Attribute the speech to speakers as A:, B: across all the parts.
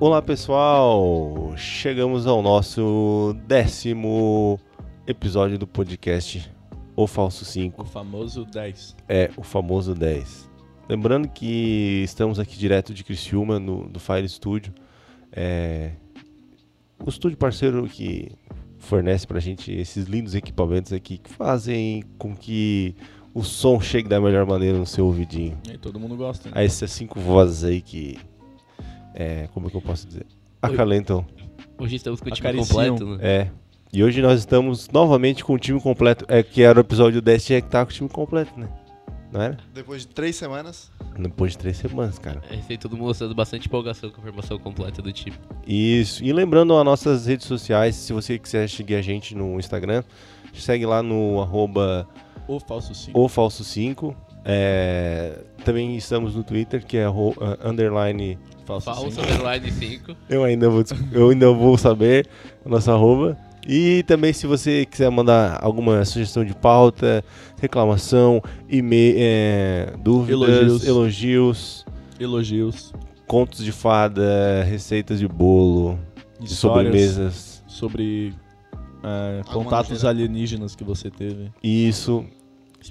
A: Olá pessoal, chegamos ao nosso décimo episódio do podcast O Falso 5.
B: O famoso 10.
A: É, o famoso 10. Lembrando que estamos aqui direto de Criciúma, no, do Fire Studio. É, o estúdio parceiro que fornece pra gente esses lindos equipamentos aqui que fazem com que o som chegue da melhor maneira no seu ouvidinho.
B: E aí todo mundo gosta, né?
A: A essas cinco vozes aí que. É, como é que eu posso dizer? Acalentam.
C: Hoje estamos com o time
B: Acariciam.
C: completo, né?
A: É. E hoje nós estamos novamente com o time completo. É que era o episódio 10 tinha que estar com o time completo, né? Não era?
D: Depois de três semanas,
A: Depois de três semanas, cara.
C: É. Isso aí, todo mundo mostrando bastante empolgação com a formação completa do time.
A: Isso. E lembrando as nossas redes sociais, se você quiser seguir a gente no Instagram, segue lá no arroba
B: O falso 5.
A: o falso 5. também estamos no Twitter, que é arro- ah, underline.
B: falso
C: Falso,
B: cinco.
C: underline 5.
A: Eu ainda vou, des- eu ainda vou saber o nosso arroba. E também se você quiser mandar alguma sugestão de pauta, reclamação, e-mail, é, dúvidas,
B: Elogios.
A: elogios,
B: Elogios.
A: contos de fada, receitas de bolo, de
B: histórias
A: sobremesas.
B: Sobre é,
D: Alguma
B: contatos
D: nojeira.
B: alienígenas que você teve.
A: Isso,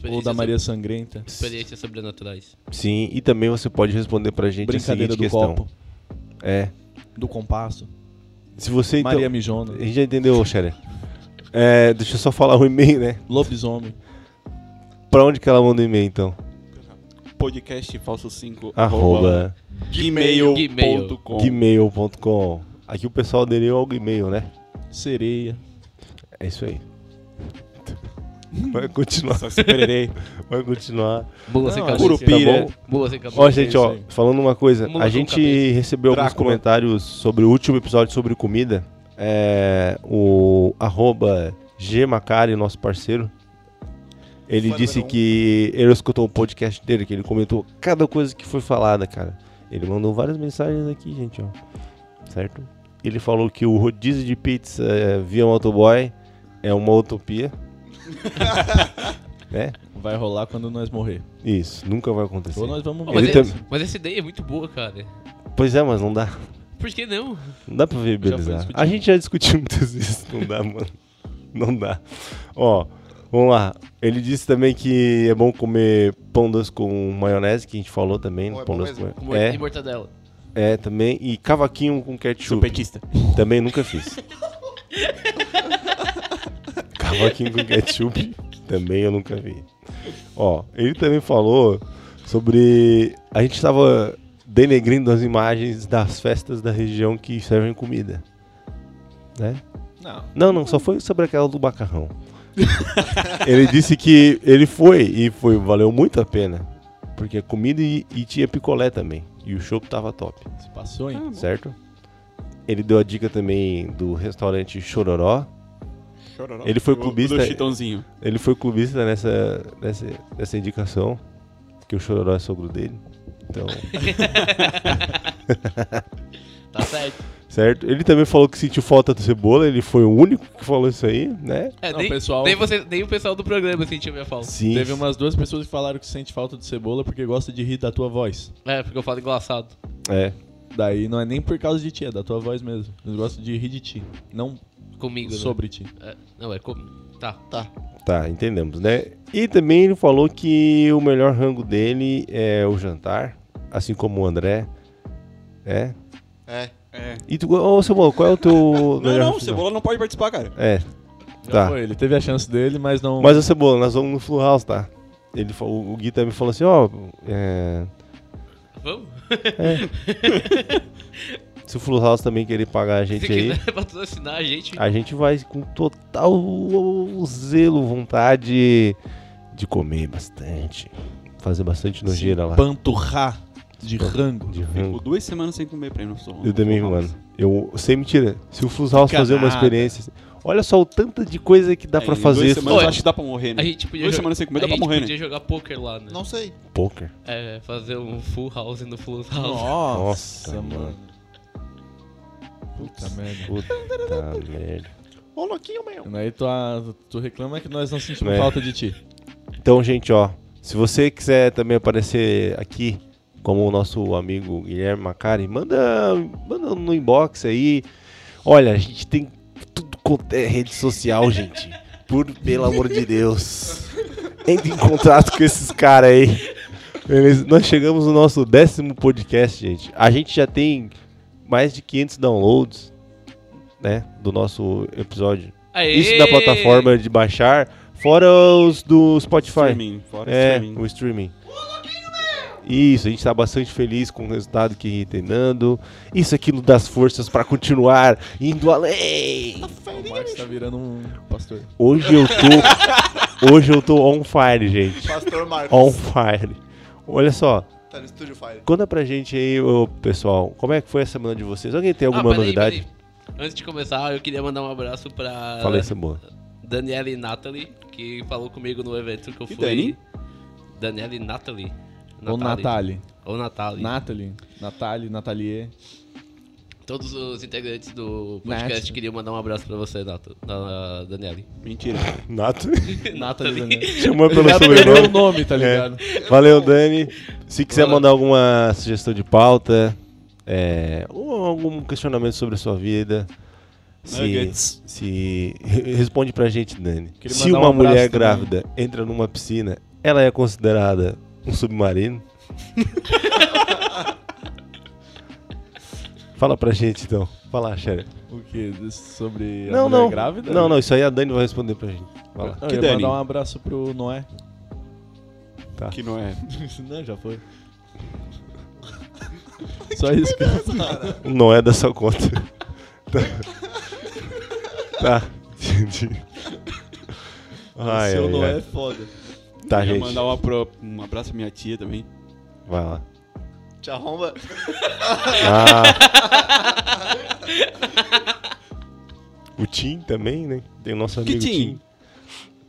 B: Ou da Maria Sangrenta.
C: Experiências sobrenaturais.
A: Sim, e também você pode responder pra gente a
B: Brincadeira
A: seguinte
B: do
A: questão.
B: copo.
A: É.
B: Do compasso.
A: Se você então,
B: Maria Mijona.
A: a gente já entendeu, Xere. É, deixa eu só falar o e-mail, né?
B: Lobisomem.
A: Pra onde que ela manda o e-mail então?
E: podcast falso 5
A: Arroba
E: gmail.com
A: gmail.com. Aqui o pessoal aderiu ao Gmail, né?
B: Sereia.
A: É isso aí. Vai continuar,
E: Só se pererei.
A: vai continuar.
C: Mula
B: Não,
C: sem
B: é
C: cabeça.
A: Tá bom?
C: Mula sem cabeça.
A: Ó, gente, ó,
B: isso aí.
A: falando uma coisa,
C: Vamos lá
A: a
C: com
A: gente
C: cabeça.
A: recebeu alguns
E: Drácula.
A: comentários sobre o último episódio sobre comida. É, o arroba G Macari, nosso parceiro, ele
D: Fã
A: disse
D: número um.
A: que ele escutou o podcast inteiro, que ele comentou cada coisa que foi falada, cara. Ele mandou várias mensagens aqui, gente, ó. Certo? Ele falou que o rodízio de pizza eh, via motoboy é uma utopia. né?
B: Vai rolar quando nós morrer.
A: Isso, nunca vai acontecer.
B: Ou nós vamos
C: Ó,
B: ver.
C: mas,
A: Ele
C: é-
A: tem-
C: mas essa ideia é muito boa, cara.
A: Pois é, mas não dá.
C: Por que não?
A: Não dá pra
B: Já foi
A: viabilizar.
B: discutido.
A: A gente já discutiu muitas vezes. Não dá, mano. Não dá. Ó, vamos lá. Ele disse também que é bom comer pão doce com maionese, que a gente falou também.
D: Pô, é
A: pão
D: bom
A: doce com...
D: mesmo.
C: Mor- E
A: É,
C: mortadela.
A: é, também. E cavaquinho com
E: Sou
A: ketchup.
E: petista.
A: Também nunca fiz. Cavaquinho com ketchup. Também eu nunca vi. Ó, ele também falou sobre. A gente tava denegrindo as imagens das festas da região que servem comida. Né?
B: Não.
A: Não, não, só foi sobre aquela do macarrão. ele disse que ele foi e foi, valeu muito a pena. Porque comida e, e tinha picolé também. E o show tava top
B: Se passou,
A: Ah.
B: hein?
A: certo? Ele deu a dica também do restaurante Chororó.
E: Chororó.
A: Ele foi
E: Do-
A: clubista-
E: Do Chitãozinho.
A: Ele foi clubista nessa, nessa, nessa indicação, que o Chororó é sogro dele. Então,
C: Tá certo.
A: certo? Ele também falou que sentiu falta do Cebola, ele foi o único que falou isso aí, né?
C: É,
B: Não,
C: nem,
B: pessoal-
C: nem, você, nem o pessoal do programa sentiu minha falta.
A: Sim.
B: Teve umas duas pessoas que falaram que sente falta de cebola porque gosta de rir da tua voz.
C: É, porque eu falo engraçado.
A: É,
B: Daí não é nem por causa de ti, é da tua voz mesmo. Eles gostam de rir de ti, não
C: Comigo, né?
B: sobre ti.
C: É, não, é como... Tá.
D: tá.
A: tá, entendemos, né? E também ele falou que o melhor rango dele é o jantar, assim como o André. É.
D: É.
E: É.
A: E tu, ô Cebola, qual é o teu.
E: Não,
A: melhor-
E: não, o Cebola não pode participar, cara.
A: É,
B: Já
A: Tá.
B: foi, ele teve a chance dele, mas não.
A: Mas o Cebola, nós vamos no Flu House, tá? Ele, fa- o o Gui também falou assim, ó, é,
C: Vamos?
A: se o Flu House também querer pagar a
C: Se
A: gente aí,
C: quiser patrocinar a gente,
A: a gente vai com total zelo, vontade de comer bastante, fazer bastante nojeira lá.
B: Panturrar de rango.
A: De
E: Ficou
A: rango.
E: duas semanas sem comer pra ir no som.
A: Eu também, mano. Eu, sem mentira, se o Flu House
B: Fica
A: fazer uma
B: nada.
A: experiência, olha só o tanto de coisa que dá pra fazer.
E: Duas semanas
C: Olha,
E: eu acho que dá pra morrer, né?
C: a gente podia,
E: Duas
C: jo-
E: semanas sem comer
C: a
E: dá pra
C: gente
E: morrer,
C: podia
E: né?
C: jogar poker lá, né?
D: Não sei.
A: Poker.
C: É, fazer um full house no full house.
B: Nossa,
A: Nossa,
B: mano. Puta merda.
A: Puta merda.
D: Ô, louquinho meu.
B: Daí tu, ah, tu reclama que nós não sentimos
A: É.
B: falta de ti.
A: Então, gente, ó, se você quiser também aparecer aqui como o nosso amigo Guilherme Macari, manda, manda no inbox aí. Olha, a gente tem tudo quanto é rede social, gente. Por, pelo amor de Deus. Entre em contato com esses caras aí. Eles- nós chegamos no nosso décimo podcast, gente. A gente já tem mais de 500 downloads, né, do nosso episódio.
C: Aê!
A: Isso da plataforma é de baixar, fora os do Spotify.
E: Streaming, fora
A: É,
E: streaming.
A: o streaming. Isso, a gente tá bastante feliz com o resultado que tem dando. Isso aquilo das forças pra continuar indo além.
B: O Marcos tá virando um pastor.
A: Hoje eu tô Hoje eu tô on fire, gente.
D: Pastor
A: On
D: Marcos.
A: fire. Olha só,
D: Tá no Estúdio Fire.
A: conta pra gente aí, ô, pessoal, como é que foi a semana de vocês? Alguém tem
C: Ah,
A: alguma
C: peraí,
A: novidade?
C: peraí. Antes de começar, eu queria mandar um abraço pra
A: Fala aí, Samuel.
C: Daniela e Nathalie, que falou comigo no evento que eu
E: E
C: fui.
E: Dani?
C: Daniela e Nathalie.
B: Ou Nathalie.
C: Ou Nathalie.
B: Nathalie. Nathalie, Nathalie.
C: Todos os integrantes do podcast
B: Nath.
C: queriam mandar um abraço pra você, Nato. Da Daniele.
E: Mentira.
A: Nato.
B: Nathalie Daniele.
A: Chamou pelo
B: Já perdeu o
A: sobrenome.
B: nome, tá ligado?
A: É. Valeu, Dani. Se quiser
C: Valeu.
A: mandar alguma sugestão de pauta, é, ou algum questionamento sobre a sua vida, se,
E: Nuggets.
A: se re- responde pra gente, Dani.
B: Queria
A: Se
B: mandar um
A: uma
B: abraço
A: mulher
B: também.
A: grávida entra numa piscina, ela é considerada um submarino? Fala pra gente então. Fala, Sherry.
B: O quê? Sobre a
A: Não,
B: mulher
A: não.
B: grávida?
A: Não, não, isso aí a Dani vai responder pra gente. Vai lá.
B: Eu
E: Que
B: ia
E: Dani?
B: mandar um abraço pro Noé.
E: Que não é.
B: não, já foi. Só isso que eu
A: Não é da sua conta. tá. tá. Entendi. Ai,
B: Seu
A: ai,
B: Noé
A: ai.
B: é foda.
A: Tá,
E: Queria
A: gente.
E: mandar uma pro- um abraço pra minha tia também.
A: Vai lá.
D: Te arromba.
A: Ah. o Tim também, né? Tem o nosso
E: Que
A: amigo
E: Tim?
A: Tim.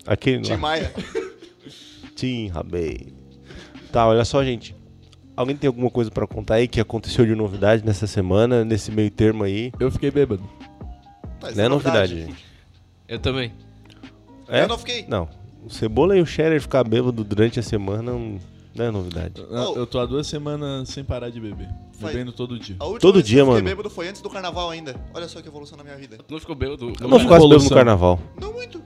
A: Aquele
D: Tim
A: lá.
D: Maia.
A: Tim, rabei. Tá, olha só, gente. Alguém tem alguma coisa pra contar aí que aconteceu de novidade nessa semana, nesse meio termo aí?
B: Eu fiquei bêbado.
D: Tá, isso
A: Não é novidade, gente.
C: Eu também.
A: É?
D: Eu não fiquei.
A: Não. O Cebola e o Cheddar ficar bêbado durante a semana não não é novidade.
B: Ah, Eu- Eu tô há duas semanas sem parar de beber.
D: Oh. Faz- Oh.
B: Bebendo todo dia.
D: A última
A: Todo
D: vez que
A: dia,
D: eu fiquei
A: mano.
D: bêbado foi antes do carnaval ainda. Olha só que evolução na minha vida.
C: Tu não ficou bêbado?
A: Eu não
B: Como
A: ficasse bêbado no
B: é evolução?
A: carnaval.
D: Não muito.
A: Não,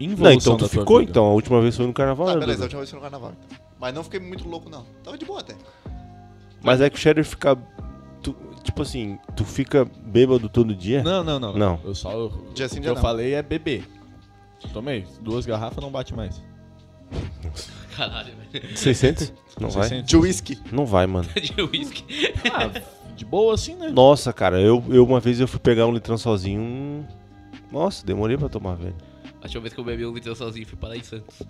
B: Involução
A: então
B: da
A: tu
B: tua
A: ficou,
B: vida.
A: então. A última vez foi no carnaval.
D: Tá,
A: né, Dudu?
D: beleza, a última vez foi no carnaval. então. Mas não fiquei muito louco, não. Tava de boa até.
A: Mas é que o Cheddar fica. tu- tipo assim, tu fica bêbado todo dia?
B: Não, não, não.
A: Não.
B: Eu só. Eu,
D: Dia sim,
B: o que
D: dia
B: eu
D: não.
B: falei é beber. Tomei. Duas garrafas não bate mais.
C: Caralho, velho.
A: 600? Não vai?
B: 600.
D: De whisky.
A: Não vai, mano.
C: De uísque.
B: Ah, de boa assim, né?
A: Nossa, cara, eu, eu uma vez eu fui pegar um litrão sozinho. hum, Nossa, demorei pra tomar, velho.
C: A última vez que eu bebi um litro sozinho fui parar em Santos.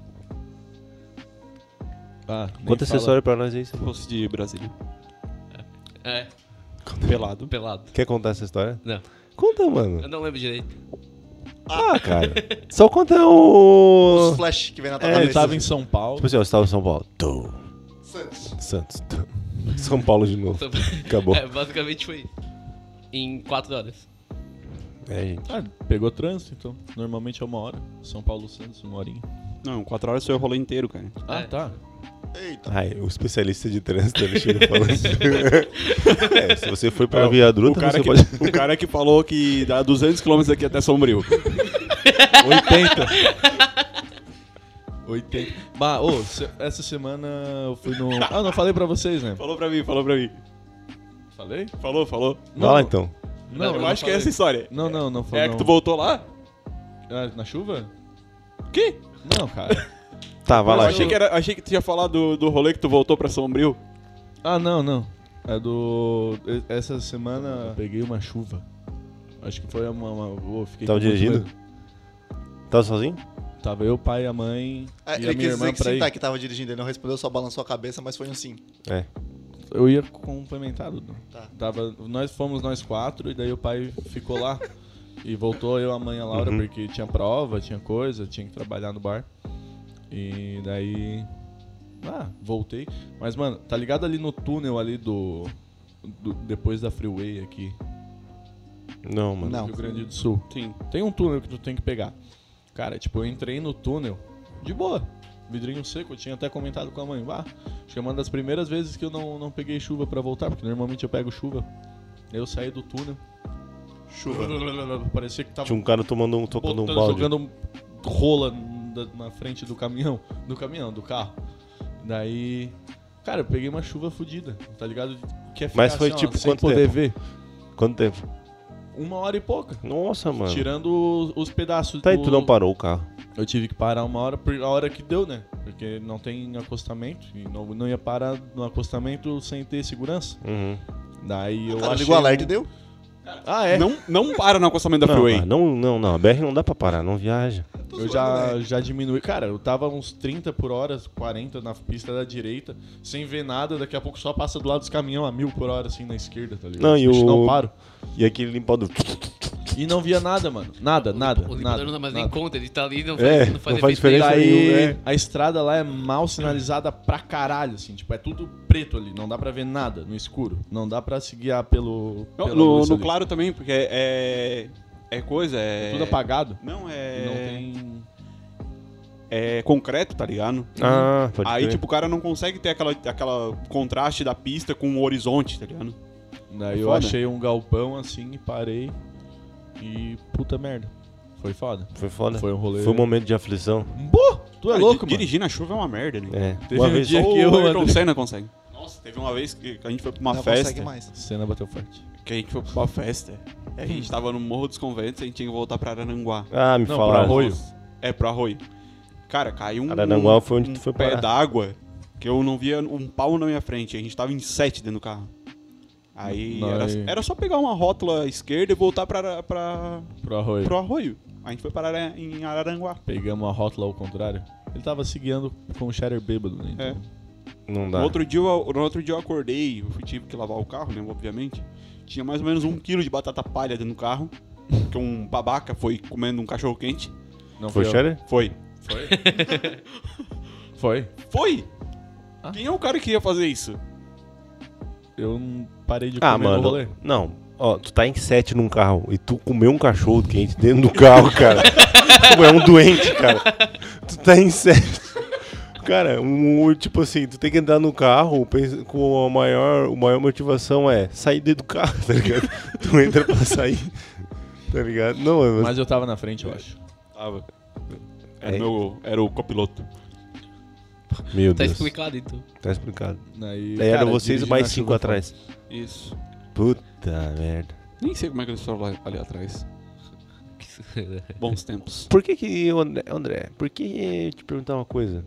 B: Ah, nem
A: Conta essa
B: fala.
A: história pra nós aí, Cebola.
E: Fosse de Brasília.
C: É,
E: Pelado.
C: pelado.
A: Quer contar essa história?
C: Não,
A: Conta, mano.
C: eu não lembro direito.
A: Ah, cara. Só conta o.
D: Os flash que vem na tua
B: É,
D: cabeça.
B: eu tava em São Paulo.
A: Tipo assim, ó, eu estava em São Paulo. Tô.
D: Santos.
A: Santos. Tô. São Paulo de novo. Acabou.
C: É, basicamente foi isso. Em 4 horas.
A: É, gente.
B: Ah, pegou trânsito, então. Normalmente é uma hora. São Paulo Santos, uma horinha.
E: Não, quatro horas foi o rolê inteiro, cara.
B: Ah,
C: É.
B: tá.
D: Eita.
A: Ai, o especialista de trânsito ele chega falando. é, se você foi pra
E: É,
A: Via
E: O
A: Druta,
E: cara,
A: você
E: que,
A: pode.
E: o cara que falou que dá 200 km daqui até Sombrio.
B: 80. 80. Bah, ô, se- essa semana eu fui no. Ah, não falei pra vocês, né?
E: Falou pra mim, falou pra mim.
B: Falei?
E: Falou, falou.
A: Vai lá então.
B: Não,
E: eu
B: não
E: acho que é
B: falei.
C: assim,
E: essa a história.
B: Não, não, não falei.
E: É que tu voltou lá?
B: Na chuva?
E: Que?
B: Não, cara.
A: Tá, vai
E: Eu
A: lá.
E: achei que, era, achei que tu ia falar do, do rolê que tu voltou pra Sombrio.
B: Ah, não, não. É do. Essa semana. Eu peguei uma chuva. Acho que foi uma. uma... ô, fiquei
A: Tava
B: com muito
A: dirigindo?
B: medo.
A: Tava Tá sozinho?
B: Tava eu, o pai, a mãe.
D: Ah,
E: É,
B: e a
D: ele
B: minha
D: quis
B: irmã
D: dizer que
B: pra
D: sim,
B: ir.
D: tá, que tava dirigindo. Ele não respondeu, só balançou a cabeça, mas foi um sim.
A: É.
B: Eu ia complementar, Dudu.
D: Tá.
B: Tava, nós fomos nós quatro e daí o pai ficou lá. e voltou eu, a mãe e a Laura,
A: Uhum.
B: porque tinha prova, tinha coisa, tinha que trabalhar no bar. E daí. Ah, voltei. Mas, mano, tá ligado ali no túnel ali do. do- depois da freeway aqui,
A: Não, mano.
D: Não.
B: no Rio Grande do Sul.
E: Sim.
B: Tem um túnel que tu tem que pegar. Cara, tipo, eu entrei no túnel de boa. vidrinho seco. Eu tinha até comentado com a mãe, ah, acho que é uma das primeiras vezes que eu não, não peguei chuva pra voltar, porque normalmente eu pego chuva. Eu saí do túnel,
D: Chuva.
B: parecia que tava
A: Tinha um cara tomando um, tocando um
B: botando,
A: balde.
B: jogando um rola na- na frente do caminhão, do caminhão, do carro. Daí, cara, eu peguei uma chuva fodida, tá ligado? Que é ficar
A: Mas foi
B: assim, ó,
A: tipo
B: sem
A: quanto
B: poder
A: tempo?
B: ver.
A: Quanto tempo?
B: Uma hora e pouca.
A: Nossa, mano.
B: Tirando os, os pedaços
A: Tá aí,
B: do-
A: tu não parou o carro.
B: Eu tive que parar uma hora, por a hora que deu, né? Porque não tem acostamento e não, não ia parar no acostamento sem ter segurança.
A: Uhum.
B: Daí eu
D: Cara,
B: achei
D: tá, ligou o alerta
B: um-
D: e deu.
B: Ah, é.
E: Não, não para no acostamento da
A: Não,
E: Freeway.
A: ah, não, não, não. A BR não dá pra parar, não viaja.
B: Eu já,
D: né?
B: já diminui. Cara, eu tava uns 30 por hora, 40 na pista da direita, sem ver nada, daqui a pouco só passa do lado dos caminhão a mil por hora, assim, na esquerda, tá ligado?
A: Não,
B: Os
A: e
B: bichos
A: o-
B: não paro.
A: E aquele limpar do.
B: E não via nada, mano. Nada, nada.
C: tipo, O
B: nada,
C: limpador não dá mais nem
B: nada.
C: conta, ele tá ali, não faz,
A: É,
C: não faz,
A: não faz
C: efeito
A: diferença
C: nenhum.
A: nenhuma.
B: Daí
A: é.
B: a estrada lá é mal sinalizada pra caralho, assim, tipo, é tudo preto ali, não dá pra ver nada no escuro. Não dá pra se guiar pelo.
E: Não,
B: pela
E: no,
B: luz
E: no
B: ali.
E: claro também, porque é. É coisa, é.
B: Tudo apagado.
E: Não,
B: e Não
E: é.
B: tem.
E: É concreto, tá ligado?
A: Ah, pode
E: Aí,
A: crer.
E: tipo, o cara não consegue ter aquela, aquela contraste da pista com o horizonte, tá ligado?
B: Daí
E: É
B: eu
E: foda.
B: achei um galpão assim e parei. E puta merda. Foi foda.
A: Foi foda. Foi,
B: Foi um rolê.
A: um momento de aflição.
B: Boa! Tu é
E: Cara,
B: louco,
E: di-
B: mano.
E: Dirigir na chuva é uma merda, né?
A: É.
B: Teve
A: Uma
B: um
A: vez
B: dia
A: só-
E: Só
B: que
E: o
B: eu-
E: Ayrton Senna consegue. Nossa, teve uma vez que a gente foi pra uma
D: Não
E: festa.
D: consegue mais.
B: Cena bateu forte.
E: Que a gente foi pra uma festa. E a gente tava no Morro dos Conventos e a gente tinha que voltar pra Arananguá.
A: Ah, me
B: Não,
A: falaram.
B: pra Arroio.
E: É, pro Arroio. Cara, caiu um,
A: Arananguá foi onde
E: um
A: tu foi
E: pé
A: parar.
E: d'água que eu não via um pau na minha frente. A gente tava em sete dentro do carro. Aí
B: Não,
E: era,
B: aí-
E: era só pegar uma rótula à esquerda e voltar pra, pra,
B: Pro arroio.
E: pro Arroio. A gente foi parar em Araranguá.
B: Pegamos a rótula ao contrário. Ele tava se guiando com o Shatter bêbado, né? Então,
A: Não
E: No
A: dá.
E: outro dia, eu, no outro dia eu acordei, eu fui- tive que lavar o carro, né? Obviamente. Tinha mais ou menos um quilo de batata palha dentro do carro. Que um babaca foi comendo um cachorro quente.
B: Não
A: Foi
B: fui eu.
A: Shatter?
E: Foi.
B: Foi.
E: Foi!
B: Ah.
E: Quem é o cara que ia fazer isso?
B: Eu não parei de comer
A: Ah,
B: no
A: mano.
B: rolê.
A: Não. Ó, tu tá em sete num carro e tu comeu um cachorro quente dentro do carro, cara. tu é um doente, cara. Tu tá em sete. Cara, um, tipo assim, tu tem que entrar no carro pensa- com a maior, a maior motivação é sair dentro do carro, tá ligado? tu entra pra sair, tá ligado? Não, é-
B: Mas eu tava na frente, eu acho.
E: Tava. Era,
A: É.
E: meu, era o copiloto.
A: Meu
C: Tá
A: Deus,
C: explicado então.
A: tá explicado.
B: Aí,
A: Daí
B: Né, cara,
A: eram vocês e
B: dirigir na
A: mais cinco
B: chuva
A: atrás.
E: Isso.
A: Puta merda.
E: Nem sei como é que eles foram lá- ali atrás. Bons tempos.
A: Por que que, o André, André, por que eu te perguntar uma coisa?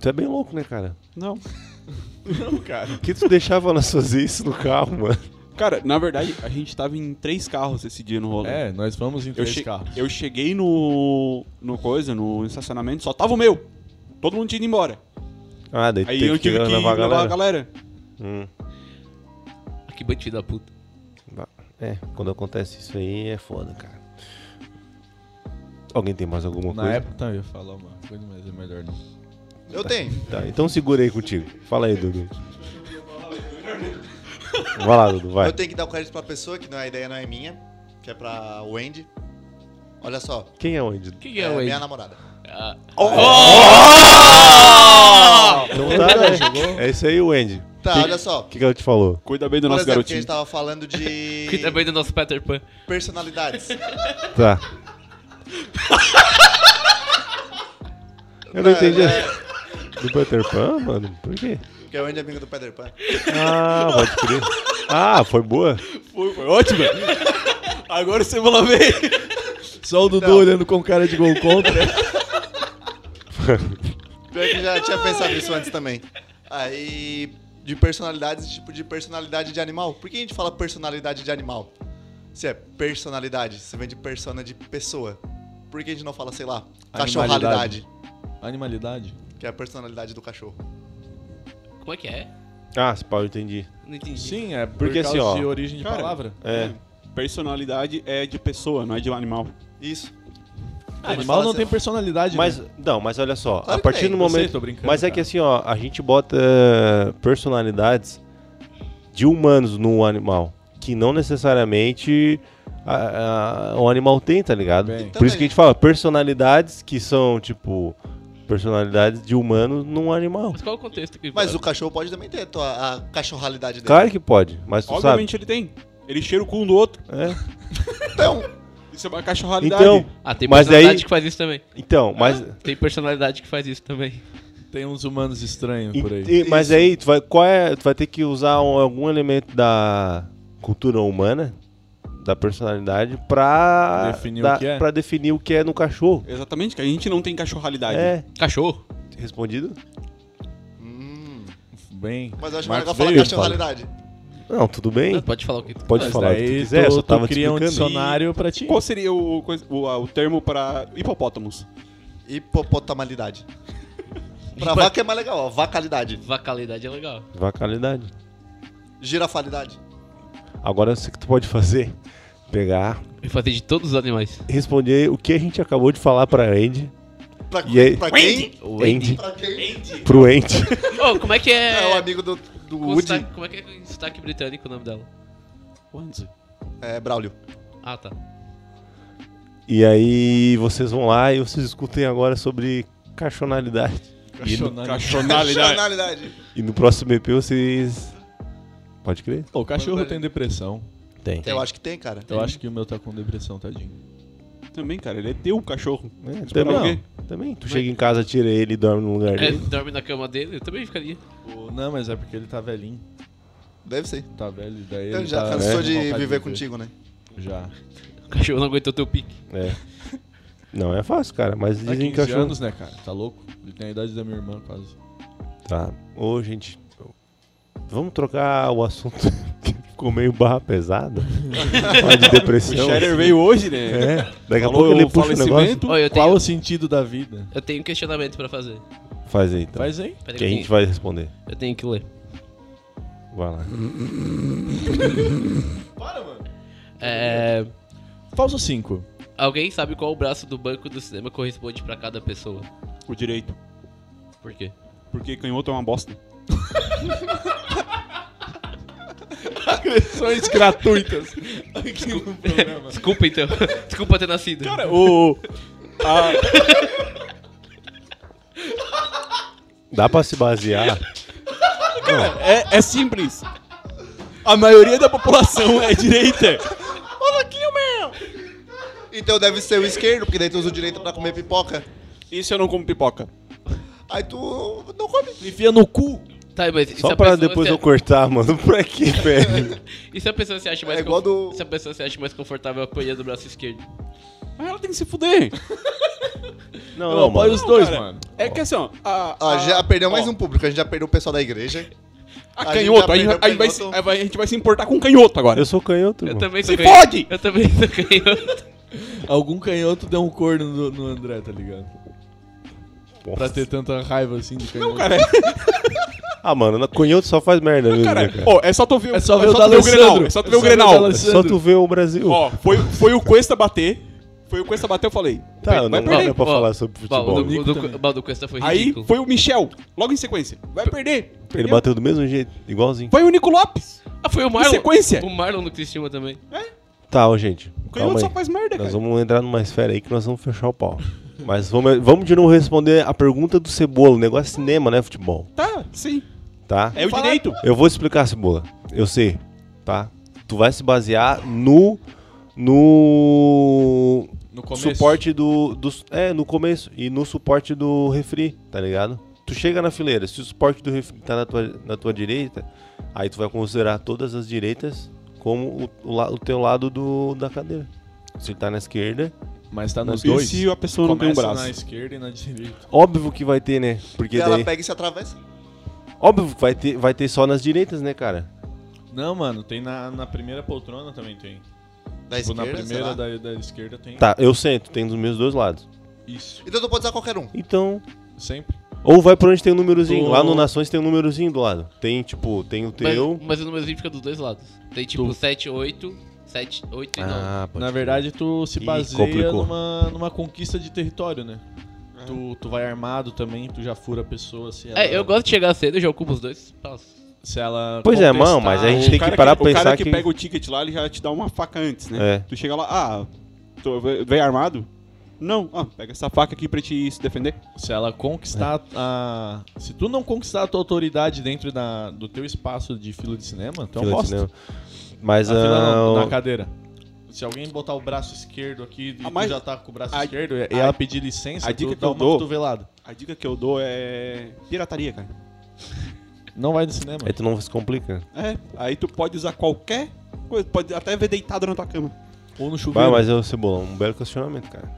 A: Tu é bem louco, né, cara?
E: Não.
A: Por que tu deixava nós fazer isso no carro, mano?
E: Cara, na verdade, a gente tava em três carros esse dia no
B: foi-
E: rolê.
B: É, nós fomos em
E: Eu,
B: três
E: che-
B: carros.
E: eu cheguei no. no coisa, no estacionamento, só tava o meu. Todo mundo tinha ido embora.
A: Ah, daí tu
E: Aí
A: teve
E: eu
A: que
E: tive que
A: levar a galera.
E: galera.
A: Hum.
C: que bandido da puta.
A: É, quando acontece isso aí é foda, cara. Alguém tem mais alguma
B: Na
A: coisa?
B: época tá, eu ia falar uma coisa, mas é melhor não.
D: Eu tenho.
A: Tá, então segura aí contigo. Fala aí, Dudu. vai lá, Dudu, vai.
D: Eu tenho que dar o crédito pra pessoa, que não é a ideia, não é minha. Que é pra Wendy. Olha só.
A: Quem é onde?
C: Quem é o
D: minha
C: Wade?
D: namorada.
C: Ah,
A: Não tá, né? É isso aí, Wendy.
D: Tá,
A: Que-
D: olha só.
A: O que, que ela te falou?
E: Cuida
B: é
E: bem do
D: Por
E: nosso
D: exemplo, que a
E: garotinho.
D: gente tava falando de
C: Cuida bem é do nosso Peter Pan.
D: personalidades.
A: Tá. Eu não entendi. Do Peter Pan, mano? Por quê?
D: que é o Wendy é amigo do Peter Pan.
A: Ah, pode crer. Ah, foi boa?
E: Foi, foi ótimo. Agora você vai lá ver.
B: Só o Dudu
D: Não.
B: olhando com cara de gol contra.
D: Pior que eu já tinha pensado nisso antes também. Aí, de personalidades, tipo de personalidade de animal. Por que a gente fala personalidade de animal? Se é personalidade, se vem de persona de pessoa. Por que a gente não fala, sei lá,
B: Animalidade.
D: cachorralidade,
B: Animalidade.
D: que é a personalidade do cachorro?
C: Como é que é?
A: Ah, se pau, eu entendi.
C: Não entendi.
B: Sim, é por
A: Porque
B: causa
A: assim, ó,
B: de origem de
E: cara,
B: palavra.
A: É.
E: Personalidade é de pessoa, não é de um animal.
D: Isso.
B: Ah,
D: Eles
B: animal
D: falam
B: não
D: assim,
B: tem personalidade,
A: Mas,
B: né?
A: não, mas olha só.
D: Claro
A: a
D: que
A: partir
D: tem,
A: do
D: eu
B: sei,
A: momento.
B: tô brincando,
A: mas é que
B: cara.
A: assim, ó, a gente bota eh, personalidades de humanos no animal. Que não necessariamente a- a- o animal tem, tá ligado?
B: Bem.
A: Por isso que a
D: Também.
A: gente fala personalidades que são, tipo, personalidades de humano num animal.
C: Mas qual é o contexto que.
D: Mas o cachorro pode também ter a, tua- a cachorralidade dele.
A: Claro que pode, mas tu
E: Obviamente ele tem. Ele cheira o cu um do outro.
A: sabe. É.
D: Então,
E: Isso é uma cachorralidade.
A: Então,
C: Ah, tem
A: Mas
C: personalidade
A: daí-
C: que faz isso também.
A: então, mas
C: Tem personalidade que faz isso também.
B: Tem uns humanos estranhos por aí.
A: E- e- mas aí, tu vai, qual é, tu vai ter que usar um- algum elemento da cultura humana, da personalidade, pra
B: Definir o
A: da-
B: que é?
A: pra definir o que é no cachorro.
E: Exatamente, que a gente não tem cachorralidade.
A: É,
C: Cachorro?
A: respondido?
D: hum,
B: bem.
D: mas eu acho
B: Marcos
D: legal falar
B: veio,
D: cachorralidade.
A: Não, tudo bem.
C: Ah, Pode falar o que tu
A: Pode
B: Mas
A: falar o que tu
B: daí
A: quiser, eu só tava te
B: cria um
A: explicando.
B: dicionário pra ti.
E: Qual seria o, coisa- o, a- o termo pra hipopótamos?
D: Hipopotamalidade. pra
C: Hipo-
D: vaca é mais legal, ó. Vacalidade.
C: Vacalidade é legal.
A: Vacalidade.
D: Girafalidade.
A: Agora, o que tu pode fazer? Pegar,
C: E fazer de todos os animais.
A: responder o que a gente acabou de falar pra Andy,
D: Pra,
A: E aí-
D: pra quem?
C: O
A: Andy.
D: Pra quem?
A: pro Andy.
C: Oh, como é que
D: É o
C: é.
D: amigo do, do
C: com
D: Woody.
C: sotaque- como é que é com sotaque britânico o nome dela?
D: É, Braulio.
C: Ah, tá.
A: E aí, vocês vão lá e vocês escutem agora sobre cachonalidade.
E: E no-
B: Cachorro.
E: Cachorralidade.
A: E no próximo EP vocês... Pode crer?
B: Pô, o cachorro tem depressão.
A: Tem.
D: Eu acho que tem, cara.
B: Eu acho que o meu tá com depressão, tadinho.
E: Também, cara, ele é teu cachorro.
A: É,
E: Esperar o
A: também,
E: quê?
A: também. Tu chega em casa, tira ele e dorme no lugar
C: É,
A: dele.
C: dorme na cama dele, eu também ficaria.
B: Pô, Não, mas é porque ele tá velhinho.
D: Deve ser.
B: Tá velho, daí
D: Ele
B: ele
D: Então já
B: tá-
D: cansou
B: né, com
D: de
B: vontade
D: viver contigo, né?
B: Já.
C: O cachorro não aguentou teu pique.
A: É. Não é fácil, cara, mas
B: Tá
A: dizem que
B: 15
A: cachorro.
B: anos, né, cara? Tá louco? Ele tem a idade da minha irmã, quase.
A: Tá. Ô, gente. Vamos trocar o assunto que ficou meio barra pesada. Falar de
E: O
A: depressão.
E: Shader veio hoje, né?
A: É. Daqui a
E: Falou
A: pouco ele
E: o
A: puxa o negócio. Então.
E: falecimento.
C: Olha, eu
B: Qual
C: tenho,
B: o sentido da vida?
C: eu tenho um questionamento pra fazer.
A: Faz aí, então.
B: Faz aí.
C: Peraí,
A: Que a
C: eu,
A: gente
C: tenho,
A: vai responder.
C: eu tenho que ler.
A: Vai lá.
C: É,
B: Falso 5.
C: alguém sabe qual o braço do banco do cinema corresponde pra cada pessoa?
E: O direito.
C: Por quê?
E: Porque canhoto é uma bosta.
B: Agressões gratuitas.
C: Desculpa então. Desculpa ter nascido.
E: Cara, o. a-
A: Dá pra se basear.
E: é, é simples. A maioria da população é direita.
D: Então deve ser o esquerdo, porque daí tu usa o direito pra comer pipoca.
E: Isso eu não como pipoca.
D: Aí tu não come.
B: Enfia no cu.
C: tá, mas e se
A: Só
C: a
A: pra
C: pessoa
A: depois
C: se-
A: eu cortar, mano. Pra que, velho?
C: E se a pessoa se acha mais
D: É igual
C: conf-
D: do-
C: se a pessoa se acha mais confortável apoiando o braço esquerdo?
E: Mas ela tem que se fuder.
A: Não,
B: Eu
A: não,
B: apoio os
A: mano.
B: dois,
E: cara.
B: mano.
E: É que assim, ó. A,
A: Ah,
D: Ó, já perdeu mais
E: ó,
D: um público, a gente já perdeu o pessoal da igreja.
E: A
D: A gente
E: canhoto.
D: já
E: A gente,
D: perdeu
E: a gente vai,
D: canhoto.
E: se- aí vai- a gente vai se importar com canhoto agora.
A: Eu sou canhoto,
C: Eu
A: mano.
C: também
E: Se
C: sou canhoto.
E: fode!
C: Eu também sou canhoto.
B: Algum canhoto deu um corno no, no André, tá ligado? Pra ter tanta raiva assim de canhoto.
E: Não, cara.
A: Ah, mano, na- canhoto só faz merda mesmo, né,
E: Cara,
A: cara?
E: ó, é só tu ver,
B: É só ver o
E: tu ver o
B: D'Alessandro.
E: Grenal. É só tu ver
B: É só ver
E: o
B: o
E: Grenal.
A: É só tu ver o Brasil.
E: Ó, foi, foi o Cuesta bater. Foi o Cuesta bater, eu falei.
A: Tá,
E: vai
A: não
E: perder.
A: dá pra
C: Ó,
A: falar sobre
C: Bom,
A: futebol.
C: o do,
B: Nico
C: o do-
B: também.
C: o Baldo Cuesta foi
E: Aí
C: ridículo.
E: foi o Michel, logo em sequência. Vai perder.
A: Ele
E: Perdeu.
A: bateu do mesmo jeito, igualzinho.
E: Foi o Nico Lopes.
C: Ah, foi o Marlon.
E: sequência.
C: O Marlon no Cristina também.
A: Tá, ó, gente. Calma
E: O canhoto só
A: aí.
E: faz merda,
A: Nós
E: cara.
A: vamos entrar numa esfera aí que nós vamos fechar o pau. Mas vamos, vamos de novo responder a pergunta do Cebola. O negócio é cinema, né, futebol?
E: Tá, sim.
A: Tá?
E: É o direito.
A: Eu vou explicar, Cebola. Eu sei, tá? Tu vai se basear no. No.
B: No começo.
A: Suporte do, do. É, no começo. E no suporte do refri, tá ligado? Tu chega na fileira, se o suporte do refri tá na tua, na tua direita, aí tu vai considerar todas as direitas como o, o, la- o teu lado do, da cadeira. Se ele tá na esquerda,
B: Mas tá nos
E: E
B: dois.
E: se a pessoa não tem um
B: Começa
E: braço?
B: na esquerda e na direita.
A: óbvio que vai ter, né? Porque
D: E ela
A: daí.
D: pega e se atravessa.
A: Óbvio que vai ter, vai ter só nas direitas, né, cara?
B: Não, mano, tem na, na primeira poltrona também tem.
D: Da
B: Tipo,
D: esquerda,
B: na
D: sei
B: primeira
D: lá.
B: da, da esquerda tem.
A: Tá, eu sento, tem dos meus dois lados.
B: Isso.
D: Então tu pode usar qualquer um.
A: Então.
B: Sempre.
A: Ou vai pra onde tem um númerozinho.
B: Tu-
A: Lá no Nações tem um númerozinho do lado. Tem, tipo, tem o
C: Mas,
A: teu.
C: mas o númerozinho fica dos dois lados. Tem tipo 7, 8, 7, 8 e
A: Ah.
C: 9.
A: pode crer.
B: Na verdade, tu se
A: Ih,
B: baseia
A: complicou.
B: numa, numa conquista de território, né? Tu, tu vai armado também, tu já fura a pessoa se ela.
C: É, eu gosto de chegar cedo, eu já ocupo os dois. Nossa.
B: Se ela
A: Pois é, mano,
B: contestar
A: mas a gente
B: o-
A: tem
E: O cara
A: que parar pra
E: o cara
A: pensar
E: que,
A: que-
E: pega o ticket lá, ele já te dá uma faca antes, né?
A: É.
E: Tu chega lá, ah, tu veio armado? Não, ah, pega essa faca aqui pra te se defender.
B: Se ela conquistar a. Se tu não conquistar a tua autoridade dentro da, do teu espaço de fila de cinema, tu é
A: Fila
B: um
A: de
B: bosta.
A: cinema. Mas
B: Na fila não,
A: ah,
B: na cadeira. Se alguém botar o braço esquerdo aqui e
E: Ah, mas
B: tu já tá com o braço
E: a-
B: esquerdo e
E: a-
B: ela pedir licença,
E: a dica
B: tu
E: que
B: dá
E: eu
B: uma
E: dou-
B: cotovelada.
E: A dica que eu dou é pirataria, cara.
B: Não vai no cinema.
A: aí tu não se complica.
E: É, aí tu pode usar qualquer coisa, pode até ver deitado na tua cama.
B: Ou no
A: Vai,
B: chuveiro.
A: mas eu, Cebolão, um belo questionamento, cara.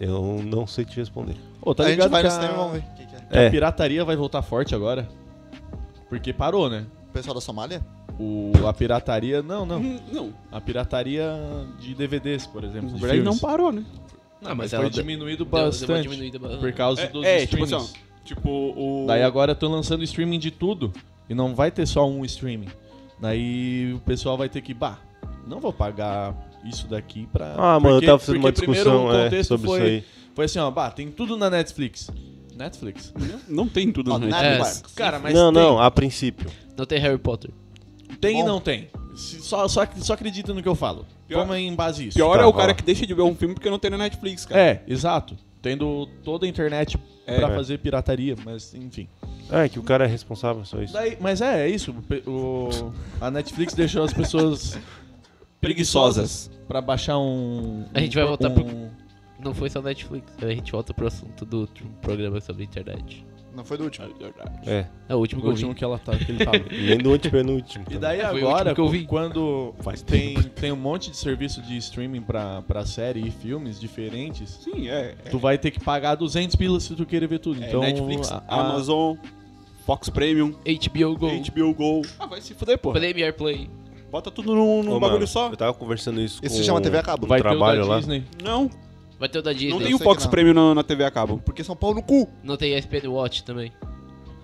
A: Eu não sei te responder.
B: Ô, tá
D: a gente
B: ligado
D: vai
B: que
D: no
B: a,
D: cinema e vamos ver. O que, que é?
B: que
A: É.
B: a pirataria vai voltar forte agora? Porque parou, né?
D: O pessoal da Somália?
B: O, a pirataria. Não, não.
E: Hum, Não,
B: A pirataria de DVDs, por exemplo.
E: na
B: de
E: verdade não
B: filmes.
E: parou, né?
C: Não, mas
B: foi
C: ela deu-
B: diminuído
C: deu uma
B: bastante.
C: diminuída ba-
B: Por causa dos
E: É, é, tipo
B: streamings.
E: assim, ó, tipo o...
B: Daí agora estão lançando streaming de tudo. E não vai ter só um streaming. Daí o pessoal vai ter que, bah, não vou pagar isso daqui pra.
A: Ah, mano, eu
B: Porque-
A: tava fazendo uma
B: porque primeiro
A: discussão
B: o
A: é,
B: contexto
A: sobre
B: foi,
A: isso aí.
B: Foi assim, ó, bah, tem tudo na Netflix. Netflix?
E: Não tem tudo
B: Uhum.
D: Ó,
E: na
D: nada
E: internet.
C: É,
D: Marcos.
B: Cara, mas
A: não,
B: tem.
A: não, a princípio.
C: Não tem Harry Potter.
B: Tem e
D: Bom.
B: não tem. Se- Só, só, só acredita no que eu falo.
E: Pior-
B: Toma em base isso.
E: Pior
A: Tá,
E: é o
A: ó.
E: cara que deixa de ver um filme porque não tem na Netflix, cara.
B: É, exato. Tendo toda a internet
E: É,
B: pra
A: é.
B: fazer pirataria, mas enfim.
A: Ah, é que o cara é responsável, só isso.
B: Daí- mas é, é isso. o pe- o- a Netflix deixou as pessoas
E: Preguiçosas.
B: pra baixar um.
C: A gente vai
B: um-
C: voltar
B: um,
C: pro- Não foi só Netflix. A gente volta pro assunto do último programa sobre internet.
D: Não foi do último.
A: É,
C: É o último
B: O
C: que eu vi.
B: último que ela tá, que ele tava.
A: nem do antepenúltimo. tá?
B: E daí
C: Foi o
B: agora,
C: último que eu vi.
B: quando
A: Faz
B: tem, tem um monte de serviço de streaming pra, pra série e filmes diferentes,
E: Sim, é.
B: tu vai ter que pagar 200 pilas se tu querer ver tudo.
E: É
B: Então,
E: Netflix,
B: a- a-
E: Amazon, Fox Premium,
C: HBO Go.
E: HBO Go. Ah, vai se fuder, pô.
C: Premier Play.
E: Bota tudo num, num
A: Ô,
E: bagulho
A: mano,
E: só.
A: Eu tava conversando isso
D: Isso
A: com
D: se chama TV a cabo.
A: Vai
B: vai ter o
A: trabalho
B: da
A: lá.
B: Disney.
E: Não,
C: Vai ter o da Disney.
E: não
C: Não
E: tem
C: tem,
E: o
D: sei que
E: Fox
D: não.
E: Premium na, na TV a cabo.
D: Porque São Paulo no cu.
C: ESPN Watch também.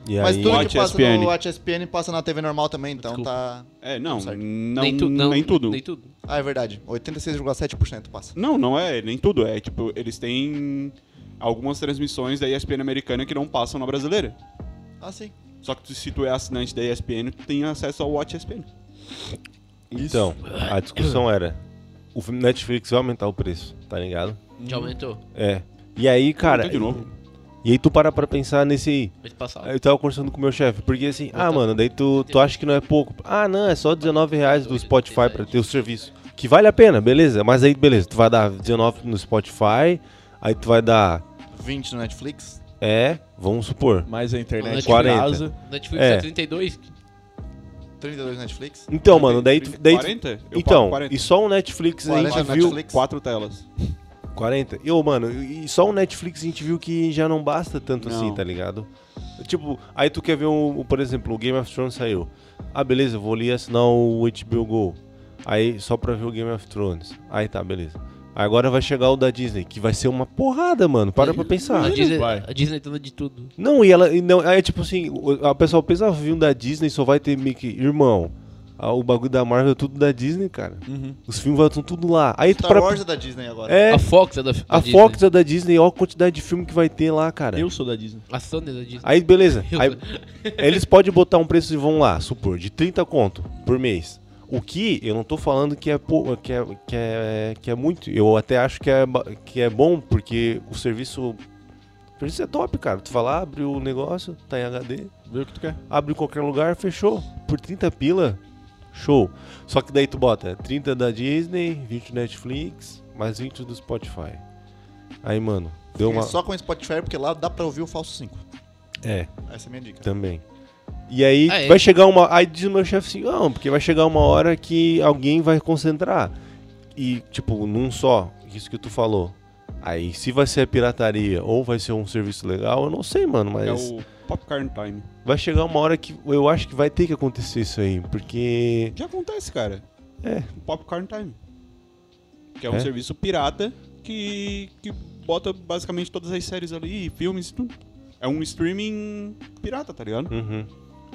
A: E
D: Mas é
A: aí,
D: tudo
E: Watch
D: que passa
E: ESPN.
D: no Watch ESPN passa na TV normal também, então
C: Desculpa.
D: tá...
E: É, não,
D: Consegue.
E: não,
C: nem, tu- não,
E: nem tudo.
C: Nem tudo.
D: Ah, é verdade. 86,7% passa.
E: Não, não é, nem tudo. É tipo, eles têm algumas transmissões da ESPN americana que não passam na brasileira.
D: Ah, sim.
E: Só que tu- se tu é assinante da ESPN, tu tem acesso ao Watch ESPN.
A: Então, a discussão era: o filme Netflix vai aumentar o preço, tá ligado?
C: Já aumentou.
A: É. E aí, cara.
E: Voltou tá de novo.
A: E aí tu para pra pensar nesse aí.
C: Mês passado.
A: Aí eu tava conversando com o meu chefe, porque assim, ah,
C: Voltar.
A: mano, daí tu, tu acha que não é pouco. Ah, não, é só 19 reais do Spotify pra ter o serviço. Que vale a pena, beleza. Mas aí, beleza, tu vai dar 19 no Spotify, aí tu vai dar,
D: 20 no Netflix.
A: é, vamos supor.
B: Mas a internet em
A: 40.
B: casa.
C: Netflix
A: É.
C: é 32.
D: 32 no Netflix.
A: Então, mano, daí tu... Daí tu
E: 40? Eu pago
A: então,
E: 40.
A: e só o Netflix a
D: 40
A: gente
D: no
A: viu...
D: Netflix.
E: Quatro telas.
A: 40? E, ô, mano, e só o Netflix a gente viu que já não basta tanto
E: Não.
A: assim, tá ligado? Tipo, aí tu quer ver, um, um, por exemplo, o Game of Thrones saiu. Ah, beleza, eu vou ali assinar o HBO Go. Aí, só pra ver o Game of Thrones. Aí tá, beleza. Agora vai chegar o da Disney, que vai ser uma porrada, mano. Para pra
C: a,
A: pensar.
C: Disney,
B: vai.
C: a Disney é dona de tudo.
A: Não, e ela. E não, aí, tipo assim, o a pessoa pensa, ah, viu da Disney, só vai ter Mickey. Irmão, ah, o bagulho da Marvel é tudo da Disney, cara.
B: Uhum.
A: Os filmes estão tudo lá. Aí tu
D: Star
A: para.
D: Wars é da Disney agora.
A: É,
C: A Fox é da, da
A: a
C: Disney.
A: Fox é da Disney, olha a quantidade de filme que vai ter lá, cara.
B: Eu sou da Disney.
C: A Sony é da Disney.
A: Aí, beleza.
C: Eu-
A: Aí, eles podem botar um preço e vão lá, supor, de 30 conto por mês. O que eu não tô falando que é, pou- que é, que é, que é muito. Eu até acho que é, ba- que é bom, porque o serviço. O serviço é top, cara. Tu fala, abre o negócio, tá em HD,
B: Vê o que tu quer.
A: abre em qualquer lugar, fechou. Por 30 pila, show. Só que daí tu bota 30 da Disney, 20 do Netflix, mais 20 do Spotify. Aí, mano, deu uma.
D: Fiquem Só com o Spotify, porque lá dá pra ouvir o falso 5.
A: É.
D: Essa é a minha dica.
A: Também. E aí
C: Ah, é?
A: vai chegar uma. Aí diz o meu chefe assim, não, porque vai chegar uma hora que alguém vai concentrar. E, tipo, num só, isso que tu falou. Aí, se vai ser a pirataria ou vai ser um serviço legal, eu não sei, mano, mas
E: É o Popcorn Time.
A: vai chegar uma hora que eu acho que vai ter que acontecer isso aí, porque
E: Já acontece, cara.
A: É.
E: O Popcorn Time. Que é um
A: É?
E: serviço pirata que, que bota basicamente todas as séries ali, filmes e tudo. É um streaming pirata, tá ligado?
A: uhum,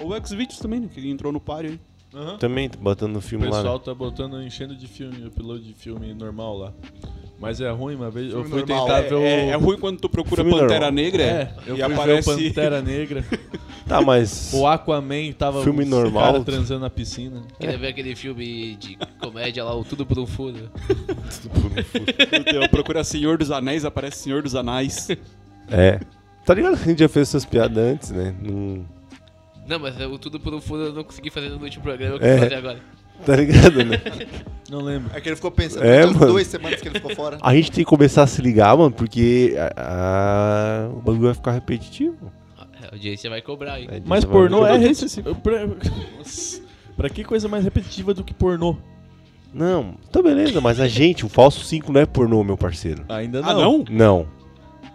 E: Ou o Xvideos também, né? Que entrou no páreo aí.
A: também tô botando
B: O
A: filme lá.
B: pessoal
A: né?
B: tá botando, enchendo de filme, upload de filme normal lá. Mas é ruim, uma vez eu
D: Filme
B: fui
D: normal.
B: tentar
E: É,
B: ver o...
E: é- é ruim quando tu procura
A: Filme
E: Pantera
A: normal.
E: Negra
B: É, eu fui
E: e
B: ver o
E: aparece
B: Pantera Negra.
A: Tá, mas.
B: O Aquaman tava
A: Filme
B: os
A: normal.
B: cara transando na piscina.
C: Queria ver aquele filme de comédia lá, o Tudo por um Furo.
E: Meu Deus, procura Senhor dos Anéis, aparece Senhor dos Anais.
A: É. Tá ligado que a gente já fez essas piadas antes, né? Não-
C: Não, mas o Tudo por um Furo eu não consegui fazer no último programa, eu
A: É.
C: quis fazer agora.
A: Tá ligado, né?
B: Não lembro.
D: É que ele ficou pensando
A: É,
D: nas
A: mano.
D: duas semanas que ele ficou fora.
A: A gente tem que começar a se ligar, mano, porque a- a- o bagulho vai ficar repetitivo.
C: Ah, é, A audiência vai cobrar, hein?
A: A gente
B: Mas
A: vai-
B: pornô é recessivo. Pra... Nossa. Pra que coisa mais repetitiva do que pornô?
A: Não, tá beleza, mas a gente, o falso 5 não é pornô, meu parceiro.
B: Ainda não.
E: Ah, não?
A: Não.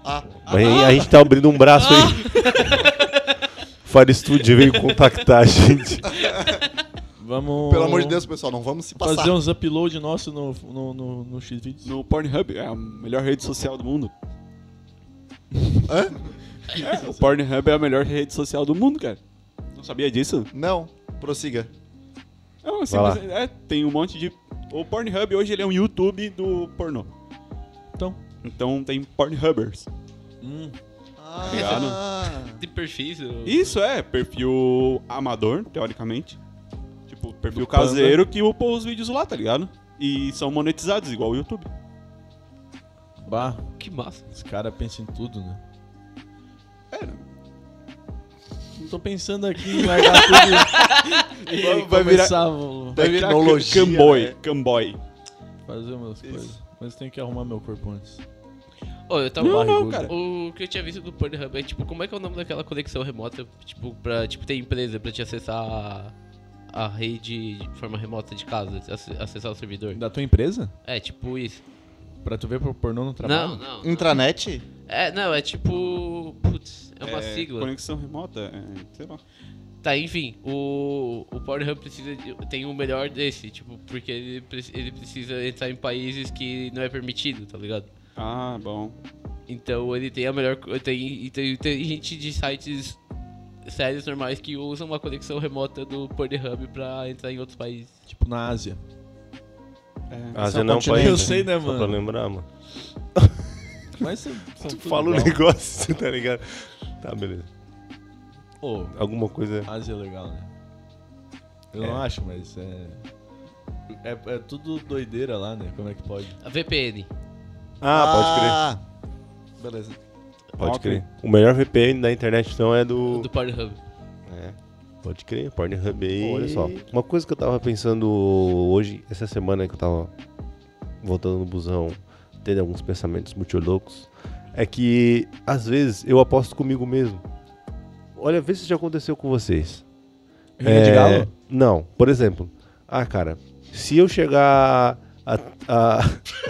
D: Ah, ah,
A: Mas a gente tá abrindo um braço aí. Fire Studio veio contactar a gente.
B: Vamos.
D: pelo amor de Deus, pessoal, não vamos se passar.
A: um-
B: Fazer uns upload nosso no, no, no, no Xvideos.
E: No Pornhub, é a melhor rede social do mundo.
D: Hã?
E: O Pornhub é a melhor rede social do mundo, cara. Não sabia disso?
D: Não, prossiga.
E: Não, assim,
A: Vai lá.
E: mas é, tem um monte de. O Pornhub hoje ele é um YouTube do pornô.
B: Então.
E: Então tem Pornhubbers.
B: Hum.
E: Obrigado.
D: Ah,
C: De perfis, eu-
E: Isso é, perfil amador, teoricamente. Tipo, perfil
B: Do Panda.
E: caseiro que upa os vídeos lá, tá ligado? E são monetizados, igual o YouTube.
B: Bah,
C: que massa.
B: esse cara pensa em tudo, né? É. Tô pensando aqui em largar tudo e
E: Vai- vai
B: começar a
D: tecnologia.
E: Camboy,
D: né?
E: camboy.
B: fazer minhas coisas. Mas tenho que arrumar meu corpo antes.
C: Ô, eu tava.
E: Não,
B: barrigudo.
E: não, cara.
C: O que eu tinha visto do Pornhub é, tipo, como é que é o nome daquela conexão remota? Tipo, pra tipo, ter empresa pra te acessar a, a rede de forma remota de casa, ac- acessar o servidor.
B: Da tua empresa?
C: É, tipo isso.
B: Pra tu ver pro pornô no trabalho?
C: Não, não. não.
D: Intranet?
C: É, não, é tipo. Putz, é uma
E: É,
C: sigla.
E: Conexão remota, é, sei lá.
C: Tá, enfim, o, o Pornhub precisa de- tem o melhor desse, tipo, porque ele, pre- ele precisa entrar em países que não é permitido, tá ligado?
E: Ah, bom.
C: Então ele tem a melhor. co- Tem, e tem, tem gente de sites sérios normais que usam uma conexão remota do Pornhub pra entrar em outros países.
B: Tipo na Ásia.
E: É.
A: Ah,
D: Só
A: você não
D: continua.
A: pode.
B: Eu sei, né,
A: Só pra
B: mano?
A: lembrar, mano.
B: Mas são- são
A: Tu
B: tudo
A: fala o
B: igual.
A: negócio, tá ligado? Tá, beleza.
B: Ô,
A: Alguma coisa.
B: Ásia é legal, né? Eu não acho, mas é... é. é tudo doideira lá, né? Como é que pode?
C: A VPN.
A: Ah,
D: crer. Beleza.
A: pode crer. Pode
E: ok.
A: crer. O melhor VPN da internet, então, é do.
C: Do Pornhub.
A: É, pode crer, Pornhub aí.
E: Pô,
A: Olha só. Uma coisa que eu tava pensando hoje, essa semana que eu tava voltando no busão, tendo alguns pensamentos muito loucos, é que às vezes eu aposto comigo mesmo. Olha, vê se já aconteceu com vocês. É,
B: Rinha de galo?
A: Não, por exemplo. Ah, cara, se eu chegar a. a-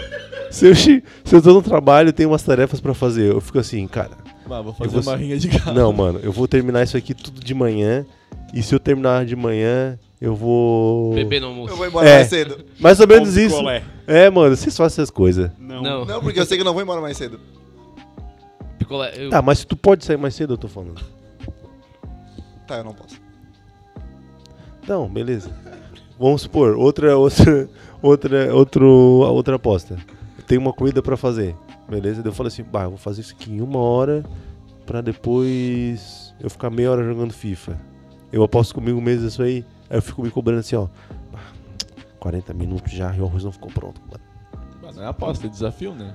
A: se, eu, che- se eu tô no trabalho, tem umas tarefas pra fazer. Eu fico assim, cara,
B: Ah, vou fazer
A: vou-
B: uma rinha de galo.
A: não, mano, eu vou terminar isso aqui tudo de manhã. E se eu terminar de manhã, eu vou.
C: Bebê no
D: Eu
C: almoço.
D: vou embora
A: É.
D: mais cedo.
A: Mais ou menos
E: Ou
A: isso.
E: picolé.
A: É, mano, vocês fazem essas coisas.
E: Não.
C: Não.
D: Não, porque eu sei que eu não vou embora mais cedo.
C: Picolé. eu-
A: Tá, mas se tu pode sair mais cedo, eu tô falando.
D: Tá, eu não posso.
A: É. Então, beleza. Vamos supor, outra, outra, outra, outro, outra aposta. Eu tenho uma corrida pra fazer, beleza? Daí Eu falo assim, bah, eu vou fazer isso aqui em uma hora pra depois eu ficar meia hora jogando FIFA. Eu aposto comigo mesmo isso aí, aí eu fico me cobrando assim, ó. "Bah, 40 minutos já e o arroz não ficou pronto, mano.
B: Mas não é aposta, é desafio, né?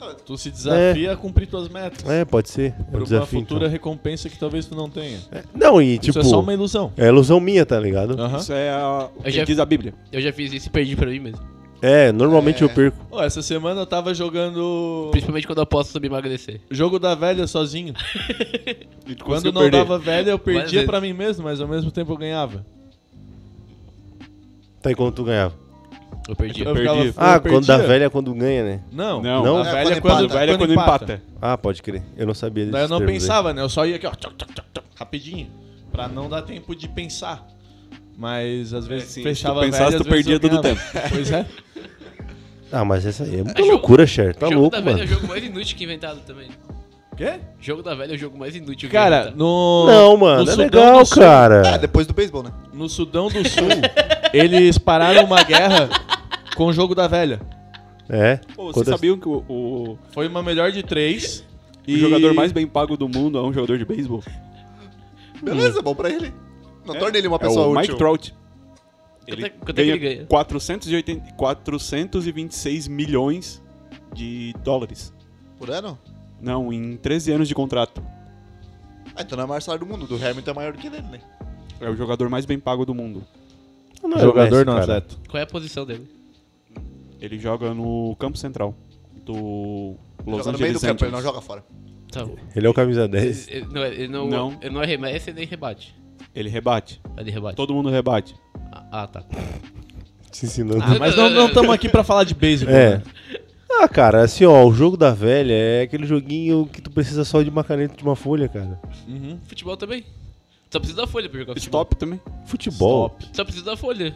E: é
B: Tu se desafia a cumprir tuas metas.
A: É, pode ser. É
B: Por
A: um
B: uma
A: desafio.
B: futura
A: então.
B: recompensa que talvez tu não tenha.
A: Não, e
B: Isso
A: tipo.
B: é só uma Ah. ilusão.
A: é ilusão minha, tá ligado?
B: Aham.
E: Isso é a, o que
C: Eu já-
E: diz a Bíblia.
C: Eu já fiz isso e perdi pra mim mesmo.
A: É, normalmente eu perco.
B: Ó, essa semana eu tava jogando
C: Principalmente quando eu aposto sobre emagrecer.
B: jogo da velha sozinho.
E: E
B: Quando
E: tu conseguiu
B: não
E: perder.
B: dava velha, eu
C: Várias
B: perdia
C: vezes.
B: pra mim mesmo, mas ao mesmo tempo eu ganhava.
A: Tá, e quando tu ganhava?
C: Eu perdi.
B: Eu
E: perdi.
B: eu
A: Ah, quando da
B: perdia.
A: velha é quando ganha, né?
B: Não,
E: Não.
A: Não?
B: a
A: É,
B: velha é
D: quando
B: quando,
D: empata.
E: Velho é quando empata.
A: Ah, pode crer. Eu não sabia disso.
B: Daí eu não pensava, né? Eu só ia aqui, ó, toc, toc, toc, toc, rapidinho, pra não dar tempo de pensar. Mas às vezes
E: É, sim,
B: fechava
E: se tu pensasse,
B: a velha, às
E: tu
B: vezes eu
E: perdia todo o
B: ganhava. Pois é.
A: Ah, mas essa aí é muita
C: É jogo-
A: loucura, Cher. Tá
C: jogo
A: louco,
C: da velha é o
A: mano.
C: jogo mais inútil que inventaram também.
B: Quê?
C: Jogo da velha é o jogo mais inútil
B: Cara,
C: que inventaram.
B: no
A: Não, mano,
B: no
A: é
B: Sudão
A: legal,
B: do Sul-
D: É,
A: cara.
D: depois do beisebol, né?
B: No Sudão do Sul, eles pararam uma guerra com o jogo da velha.
A: É.
E: Pô, vocês
A: Quando-
E: sabiam que o, o- o
B: Foi uma melhor de três. e-
E: jogador mais bem pago do mundo é um jogador de beisebol?
D: Beleza, bom pra ele. Não
E: É,
D: torna ele uma
E: é
D: pessoa
E: o
D: útil.
E: Mike Trout. Ele
C: quanto é que ele
E: ganha
C: ganha?
E: 480, 426 milhões de dólares.
D: Por ano?
E: Não, em 13 anos de contrato.
D: Ah, então não é o maior salário do mundo. Do Hamilton é maior do que dele, né?
E: É o jogador mais bem pago do mundo.
A: Não é
B: Jogador
A: não
B: não atleta.
C: Qual é a posição dele?
E: Ele joga no campo central do Los
D: joga no meio do
E: Angeles
D: campo, ele não
E: Angels.
D: joga fora.
C: Tá bom.
A: Ele é o camisa 10.
C: Ele, não, é- ele não,
E: Não.
C: ele não arremessa e nem rebate.
E: Ele rebate.
C: Ele rebate.
E: Todo mundo rebate.
C: Ah, ah, tá.
A: Te ensinando.
C: Ah,
B: Mas não estamos aqui pra falar de beisebol.
A: É.
B: né?
A: Ah, cara, assim, ó, o jogo da velha é aquele joguinho que tu precisa só de uma caneta e de uma folha, cara.
B: Uhum.
C: Futebol também. Só precisa da folha pra jogar futebol.
E: Stop também.
A: Futebol.
B: Stop.
C: Só precisa da folha.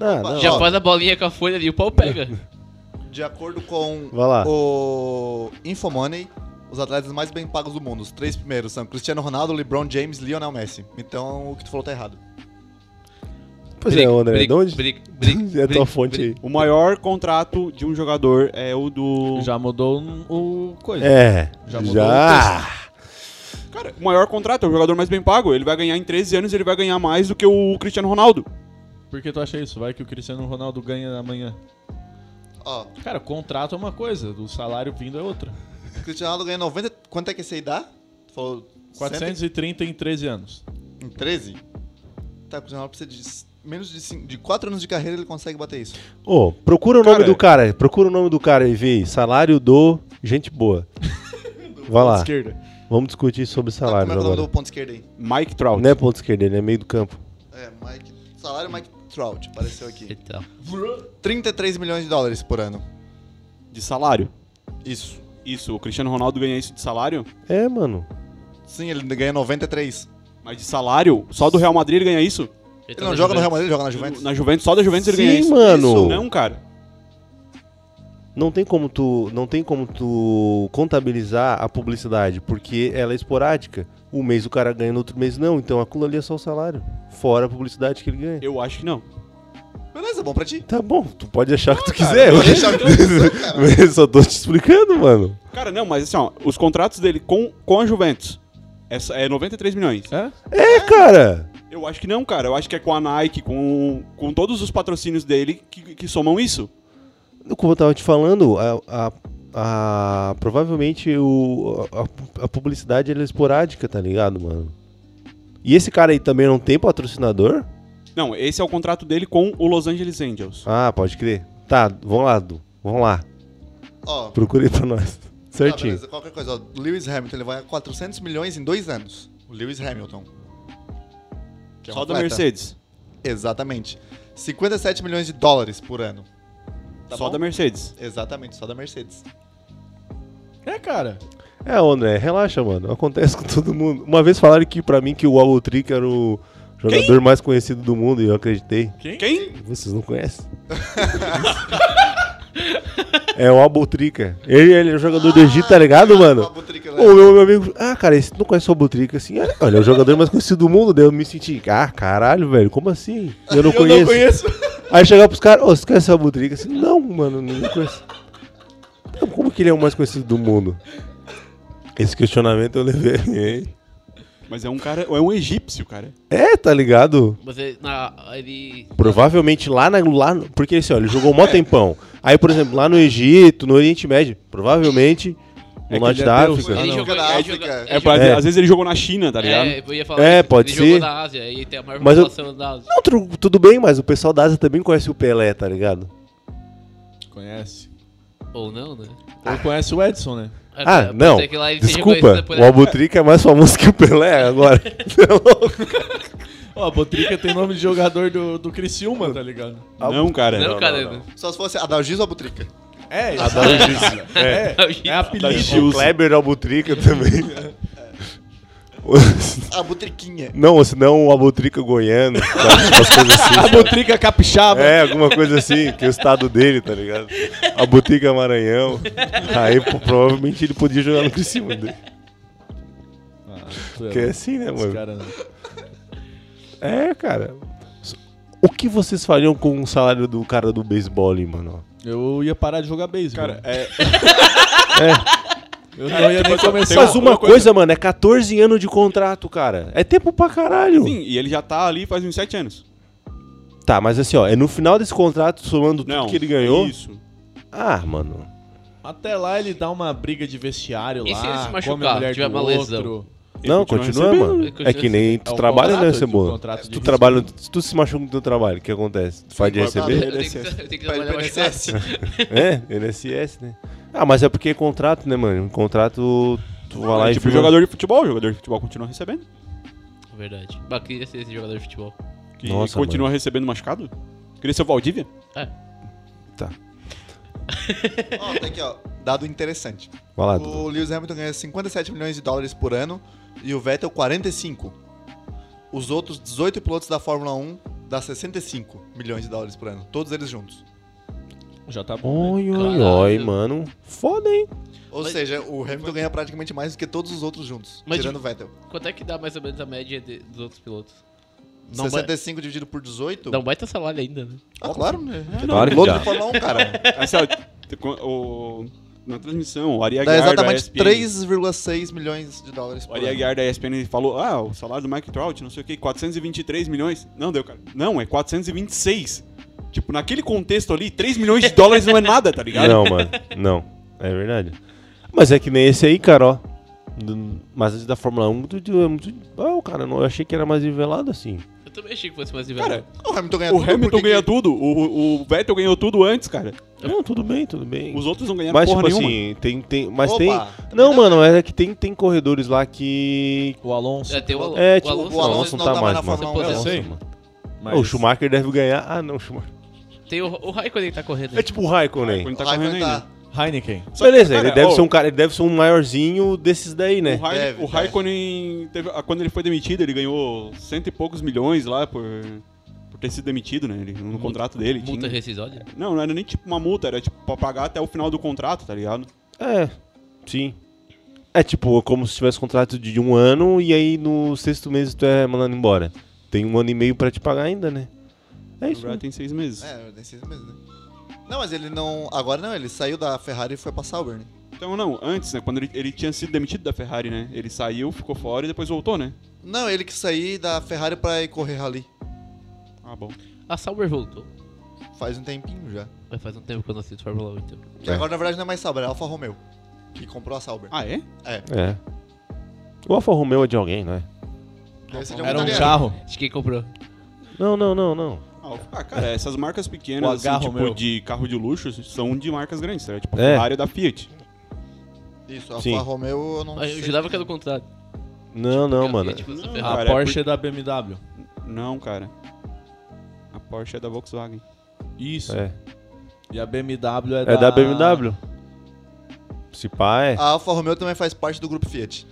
A: Ah, não.
C: Já
D: Ó.
C: faz a bolinha com a folha ali e o pau pega.
D: De acordo com
A: Vai lá.
D: o Infomoney, os atletas mais bem pagos do mundo, os três primeiros, são Cristiano Ronaldo, LeBron James, Lionel Messi. Então o que tu falou tá errado.
A: Pois é, ô, André,
C: briga,
A: de onde?
C: briga, briga,
A: é a tua
C: briga,
A: fonte aí.
C: briga.
E: O maior contrato de um jogador é o do.
B: Já mudou um- o coisa.
A: É. Já.
B: Já mudou
E: Cara, o maior contrato é o jogador mais bem pago. Ele vai ganhar em 13 anos, ele vai ganhar mais do que o Cristiano Ronaldo.
B: Por que tu acha isso? Vai que o Cristiano Ronaldo ganha amanhã.
D: Ó,
B: Cara, contrato é uma coisa, o salário vindo é outra.
D: o Cristiano Ronaldo ganha 90. Quanto é que esse aí dá? Tu falou 400
B: 430 em 13 anos.
D: em 13? Tá, o Cristiano Ronaldo precisa de s- menos de, cinco, de 4 anos de carreira ele consegue bater isso.
A: Ô, procura o nome
E: Cara,
A: do cara. Procura o nome do cara e vê. aí. Salário do gente boa. Vai lá.
B: Esquerda.
A: Vamos discutir sobre
D: Tá, como
A: salários
D: é que é o nome do
A: agora.
D: ponto esquerdo aí?
E: Mike Trout.
A: Não é ponto esquerdo, ele é meio do campo.
D: É, Mike. Salário Mike Trout, apareceu aqui.
C: Então,
D: 33 milhões de dólares por ano.
E: De salário.
D: Isso.
E: Isso, o Cristiano Ronaldo ganha isso de salário.
A: É, mano.
D: Sim, ele ganha 93.
E: Mas de salário, só do Real Madrid ele ganha isso?
C: tá
D: Ele
C: então
D: não joga no Real Madrid, ele joga na Juventus.
E: Na Juventus, só da Juventus ele ganha
A: Sim,
E: isso.
A: mano.
E: Isso Não, cara.
A: Não tem como tu, não tem como tu contabilizar a publicidade, porque ela é esporádica. Um mês o cara ganha, no outro mês não. Então aquilo ali é só o salário, fora a publicidade que ele ganha.
E: Eu acho que não.
D: Beleza, bom pra ti.
A: Tá bom, tu pode achar o
D: Ah,
A: que tu quiser. É, eu-
D: Deixa eu-
A: eu só tô te explicando, mano.
E: Cara, não, mas assim, ó, os contratos dele com, com a Juventus é, só- é 93 milhões.
B: É?
A: É, cara.
E: Eu acho que não, cara. Eu acho que é com a Nike, com, com todos os patrocínios dele que, que somam isso.
A: Como eu tava te falando, a, a- a- provavelmente o, a, a publicidade ela é esporádica, tá ligado, mano? E esse cara aí também não tem patrocinador?
E: Não, esse é o contrato dele com o Los Angeles Angels.
A: Ah, pode crer. Tá, vamos lá, Du. Vamos lá.
D: Ó,
A: Procurei pra nós.
D: tá,
A: Certinho.
D: beleza, qualquer coisa. Ó, Lewis Hamilton, ele vai a 400 milhões em dois anos. O Lewis Hamilton. Que é um
E: Só da
D: atleta.
E: Mercedes.
D: Exatamente. 57 milhões de dólares por ano. Tá
E: só
D: bom?
E: da Mercedes.
D: Exatamente, só da Mercedes.
B: É, cara.
A: É, André, relaxa, mano. Acontece com todo mundo. Uma vez falaram que pra mim que o Algo Trick era o jogador mais conhecido do mundo e eu acreditei.
E: Quem?
A: Vocês não conhecem? é o Albutrica. Ele, ele é o jogador do Egito, tá ligado, mano?
B: É.
D: né?
A: O meu, meu amigo, ah, cara, esse não conhece o Albutrica assim? "Ah, Olha, é o jogador mais conhecido do mundo. Daí eu me senti, ah, caralho, velho, como assim? Eu não conheço. Aí chegar pros caras, ô, você conhece o Albutrica? Assim, não, mano, não conheço. Então, como que ele é o mais conhecido do mundo? Esse questionamento eu levei. hein?
E: Mas é um cara. É um egípcio, cara.
A: É, tá ligado?
C: Você, na, ele...
A: Provavelmente lá na. Lá, no- porque assim, ó, ele jogou mó tempão. Aí, por exemplo, lá no Egito, no Oriente Médio, provavelmente no
B: É que
A: norte
B: ele é
A: da
B: Deus,
A: África.
B: né?
C: Ele
B: não.
C: jogou
D: Cara,
C: ele
D: África.
C: jogou- ele
E: É
C: jogou-
E: pra,
A: É.
E: Às vezes ele jogou na China, tá ligado?
C: É, eu ia falar
A: É,
C: isso,
A: pode
C: ele
A: ser.
C: jogou na Ásia e tem a maior
A: Mas eu-
C: população da Ásia.
A: Não, tru- tudo bem, mas o pessoal da Ásia também conhece o Pelé, tá ligado?
B: Conhece.
C: Ou não, né?
B: Ou conhece o Edson, né?
C: É,
A: Ah,
C: pode
A: não.
C: ser que lá ele seja
A: Desculpa,
C: conhecido por-
A: o Albutrica é mais famoso que o Pelé agora. é
B: Ó, a Botrica tem nome de jogador do, do Criciúma, tá ligado?
E: Não, cara.
C: Não, cara. né?
D: Só se fosse Adalgis ou Butrica.
B: É, isso.
A: É.
B: É, é apelido.
A: O Kleber Albutrica também.
D: A Butriquinha.
A: não, ou senão o Albutrica goiano, sabe? Tipo, as coisas assim.
B: A Botrica capixaba.
A: É, alguma coisa assim, que é o estado dele, tá ligado? A Botica Maranhão. Aí pô, provavelmente ele podia jogar no Criciúma dele.
B: Ah,
A: Porque é assim, né,
B: Esse
A: mano?
B: cara não.
A: É, cara. O que vocês fariam com o salário do cara do beisebol ali, mano?
B: Eu ia parar de jogar beisebol.
E: Cara, é.
B: Eu não ia nem começar.
A: Mas uma coisa, mano, é 14 anos de contrato, cara. É tempo pra caralho.
E: Sim, e ele já tá ali faz uns 7 anos.
A: Tá, mas assim, ó, é no final desse contrato, somando tudo
E: Não. é
A: que ele ganhou.
E: Isso.
A: Ah, mano.
B: Até lá ele dá uma briga de vestiário lá.
C: E se ele se
B: come a
C: machucar,
B: mulher
C: tiver
B: do
C: uma lesão?
B: outro.
E: Ele
A: não,
E: continua
A: continua,
E: recebendo.
A: mano.
C: Ele continua
A: É que nem tu
B: É o
A: trabalha, né,
B: contrato de-
A: Cebola?
B: contrato
A: Se
B: de
A: tu trabalha, se tu se machuca no teu trabalho, o que acontece? Tu faz de
E: vai pra
A: receber?
C: Eu tenho que,
E: é
C: eu tenho que
D: Pra ele assim.
C: trabalhar mais
D: PNSS.
A: É, NSS, né? Ah, mas é porque é contrato, né, mano? Um contrato, tu vai lá
E: É
A: e...
E: tipo
A: firma-
E: jogador de futebol, o jogador de futebol continua recebendo.
C: caro. Verdade. Bah, queria ser esse jogador de futebol.
E: Que
A: Nossa,
E: continua recebendo machucado. Queria ser o Valdívia?
D: Ó, tem aqui, ó. Dado interessante.
A: Vai lá, Dudu.
D: O Lewis Hamilton ganha 57 milhões de dólares por ano e o Vettel 45. Os outros 18 pilotos da Fórmula 1 dá 65 milhões de dólares por ano. Todos eles juntos.
B: Já tá bom. né?
A: Oi, oi,
C: Caralho.
A: oi, mano. Foda, hein?
D: Ou
C: Mas-
D: seja, o Hamilton ganha praticamente mais do que todos os outros juntos,
C: Mas
D: tirando o Vettel.
C: Quanto é que dá mais ou menos a média de- dos outros pilotos? Não, mas-
D: 65 dividido por 18?
C: Dá um baita salário ainda, né?
D: Ah, claro, né?
A: Claro que
D: Piloto
A: dá.
D: de Fórmula 1, cara.
E: Assim, ó, te- co- o- na transmissão, o Ari
D: Dá
E: Aguiar da
D: exatamente
E: ESPN.
D: 3,6 milhões de dólares
E: O
D: por
E: Ari
D: ano.
E: Aguiar da ESPN falou, ah, o salário do Mike Trout, não sei o que, 423 milhões. Não, deu, cara. Não, é 426. Tipo, naquele contexto ali, 3 milhões de dólares não é nada, tá ligado?
A: Não, mano. Não. É verdade. Mas é que nem esse aí, cara, ó. Do- Mas esse da Fórmula 1 muito, de- é muito. Ah, cara, não, eu achei que era mais nivelado assim.
C: Eu também achei que fosse mais nivelado.
E: Cara,
D: O Hamilton ganha
E: o
D: tudo, por
E: Hamilton
D: que
E: ganha
D: que-
E: tudo, o, o Vettel ganhou tudo antes, cara.
A: Não, tudo bem, tudo bem.
E: Os outros não ganharam
A: Mas,
E: porra
A: tipo
E: nenhuma. tá
A: assim, tem. tem mas
D: Opa,
A: tem.
D: também
A: Não,
D: dá-
A: mano, é que tem, tem corredores lá que.
B: O Alonso.
C: É, tem o,
A: É,
C: o
A: tipo,
C: Alonso,
A: o Alonso não tá mais,
D: na
A: mano.
D: Fórmula né? 1.
C: Eu
A: Nossa,
B: sei.
A: mano.
B: mas-
A: O Schumacher deve ganhar. Ah, não, o Schumacher.
C: Tem o, o Raikkonen que tá correndo.
A: É tipo o Raikkonen.
E: Quando tá
D: Vai
E: correndo ainda.
D: aguentar.
B: Heineken.
E: Só que,
A: Beleza,
E: cara,
A: ele deve
E: ó,
A: ser um cara, ele deve ser um maiorzinho desses daí, né?
E: O, Raik-
D: Deve,
E: o Raikkonen, teve- ah, quando ele foi demitido, ele ganhou cento e poucos milhões lá por, por ter sido demitido, né? Ele- no contrato dele.
C: Multa
E: tinha-
C: rescisória.
E: Não, não era nem tipo uma multa, era tipo pra pagar até o final do contrato, tá ligado?
A: É, sim. É tipo, como se tivesse contrato de um ano e aí no sexto mês tu é mandando embora. Tem um ano e meio pra te pagar ainda, né? É
E: O
A: isso.
E: Brad tem seis meses.
D: É, nem sei mesmo, né? Não, mas ele não... Agora não, ele saiu da Ferrari e foi pra Sauber, né?
E: Então, não, antes, né? Quando ele, ele tinha sido demitido da Ferrari, né? Ele saiu, ficou fora e depois voltou, né?
D: Não, ele que saiu da Ferrari pra ir correr rally.
E: Ah, bom.
C: A Sauber voltou.
D: Faz um tempinho já.
C: Vai faz um tempo que eu não assisto Fórmula 1, então.
D: E agora, na verdade, não é mais Sauber, é a Alfa Romeo. Que comprou a Sauber.
E: Ah, é?
A: É. O Alfa Romeo é de alguém, não é?
D: Deve ser de algum
B: Era um
D: italiano.
B: carro.
C: Acho que quem comprou.
A: Não, não, não, não.
E: Ah, o- ah, cara, essas marcas pequenas,
B: O
E: assim,
B: agarro,
E: tipo,
B: meu.
E: de carro de luxo, são de marcas grandes, tá? ligado? Tipo, a
A: É.
E: Ferrari da Fiat.
D: Isso, a Alfa
A: Sim.
D: Romeo eu não
C: Ah, Eu
D: sei.
C: jurava que era o contrário.
A: Não, não, mano. ah,
C: Tipo, essa
E: Não,
C: Ferrari.
B: A
E: Cara, é
B: Porsche é da BMW.
E: Não, cara. A Porsche é da Volkswagen.
B: Isso.
A: É,
B: E a BMW é,
A: é da BMW. Se pá, é.
D: A Alfa Romeo também faz parte do grupo Fiat.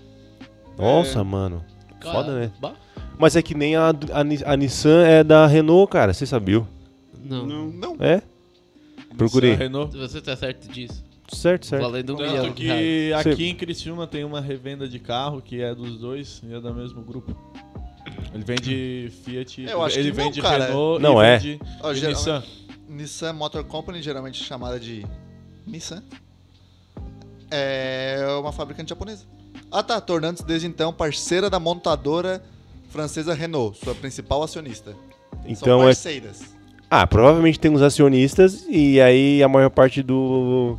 A: Nossa, mano. Foda, né?
C: Bah?
A: Mas é que nem a, a, Ni- a Nissan é da Renault, cara. Você sabia?
C: Não.
D: Não.
A: É? Procurei.
B: A Renault.
C: Você tá certo disso.
A: Certo, certo.
C: Valendo um milhão.
B: Tanto
C: de reais.
B: que
A: Sim.
B: aqui em Criciúma tem uma revenda de carro que é dos dois e é do mesmo grupo. Ele vende Fiat,
D: Eu acho
B: ele
D: que não,
B: vende
D: cara.
B: Renault
A: Não
B: e
A: é.
B: vende
D: Ó,
B: e
D: geralmente-
B: Nissan.
D: Nissan Motor Company, geralmente chamada de Nissan, é uma fabricante japonesa. Ah tá, tornando-se desde então parceira da montadora francesa Renault, sua principal acionista. São
A: Então é
D: parceiras.
A: Ah, provavelmente tem uns acionistas e aí a maior parte do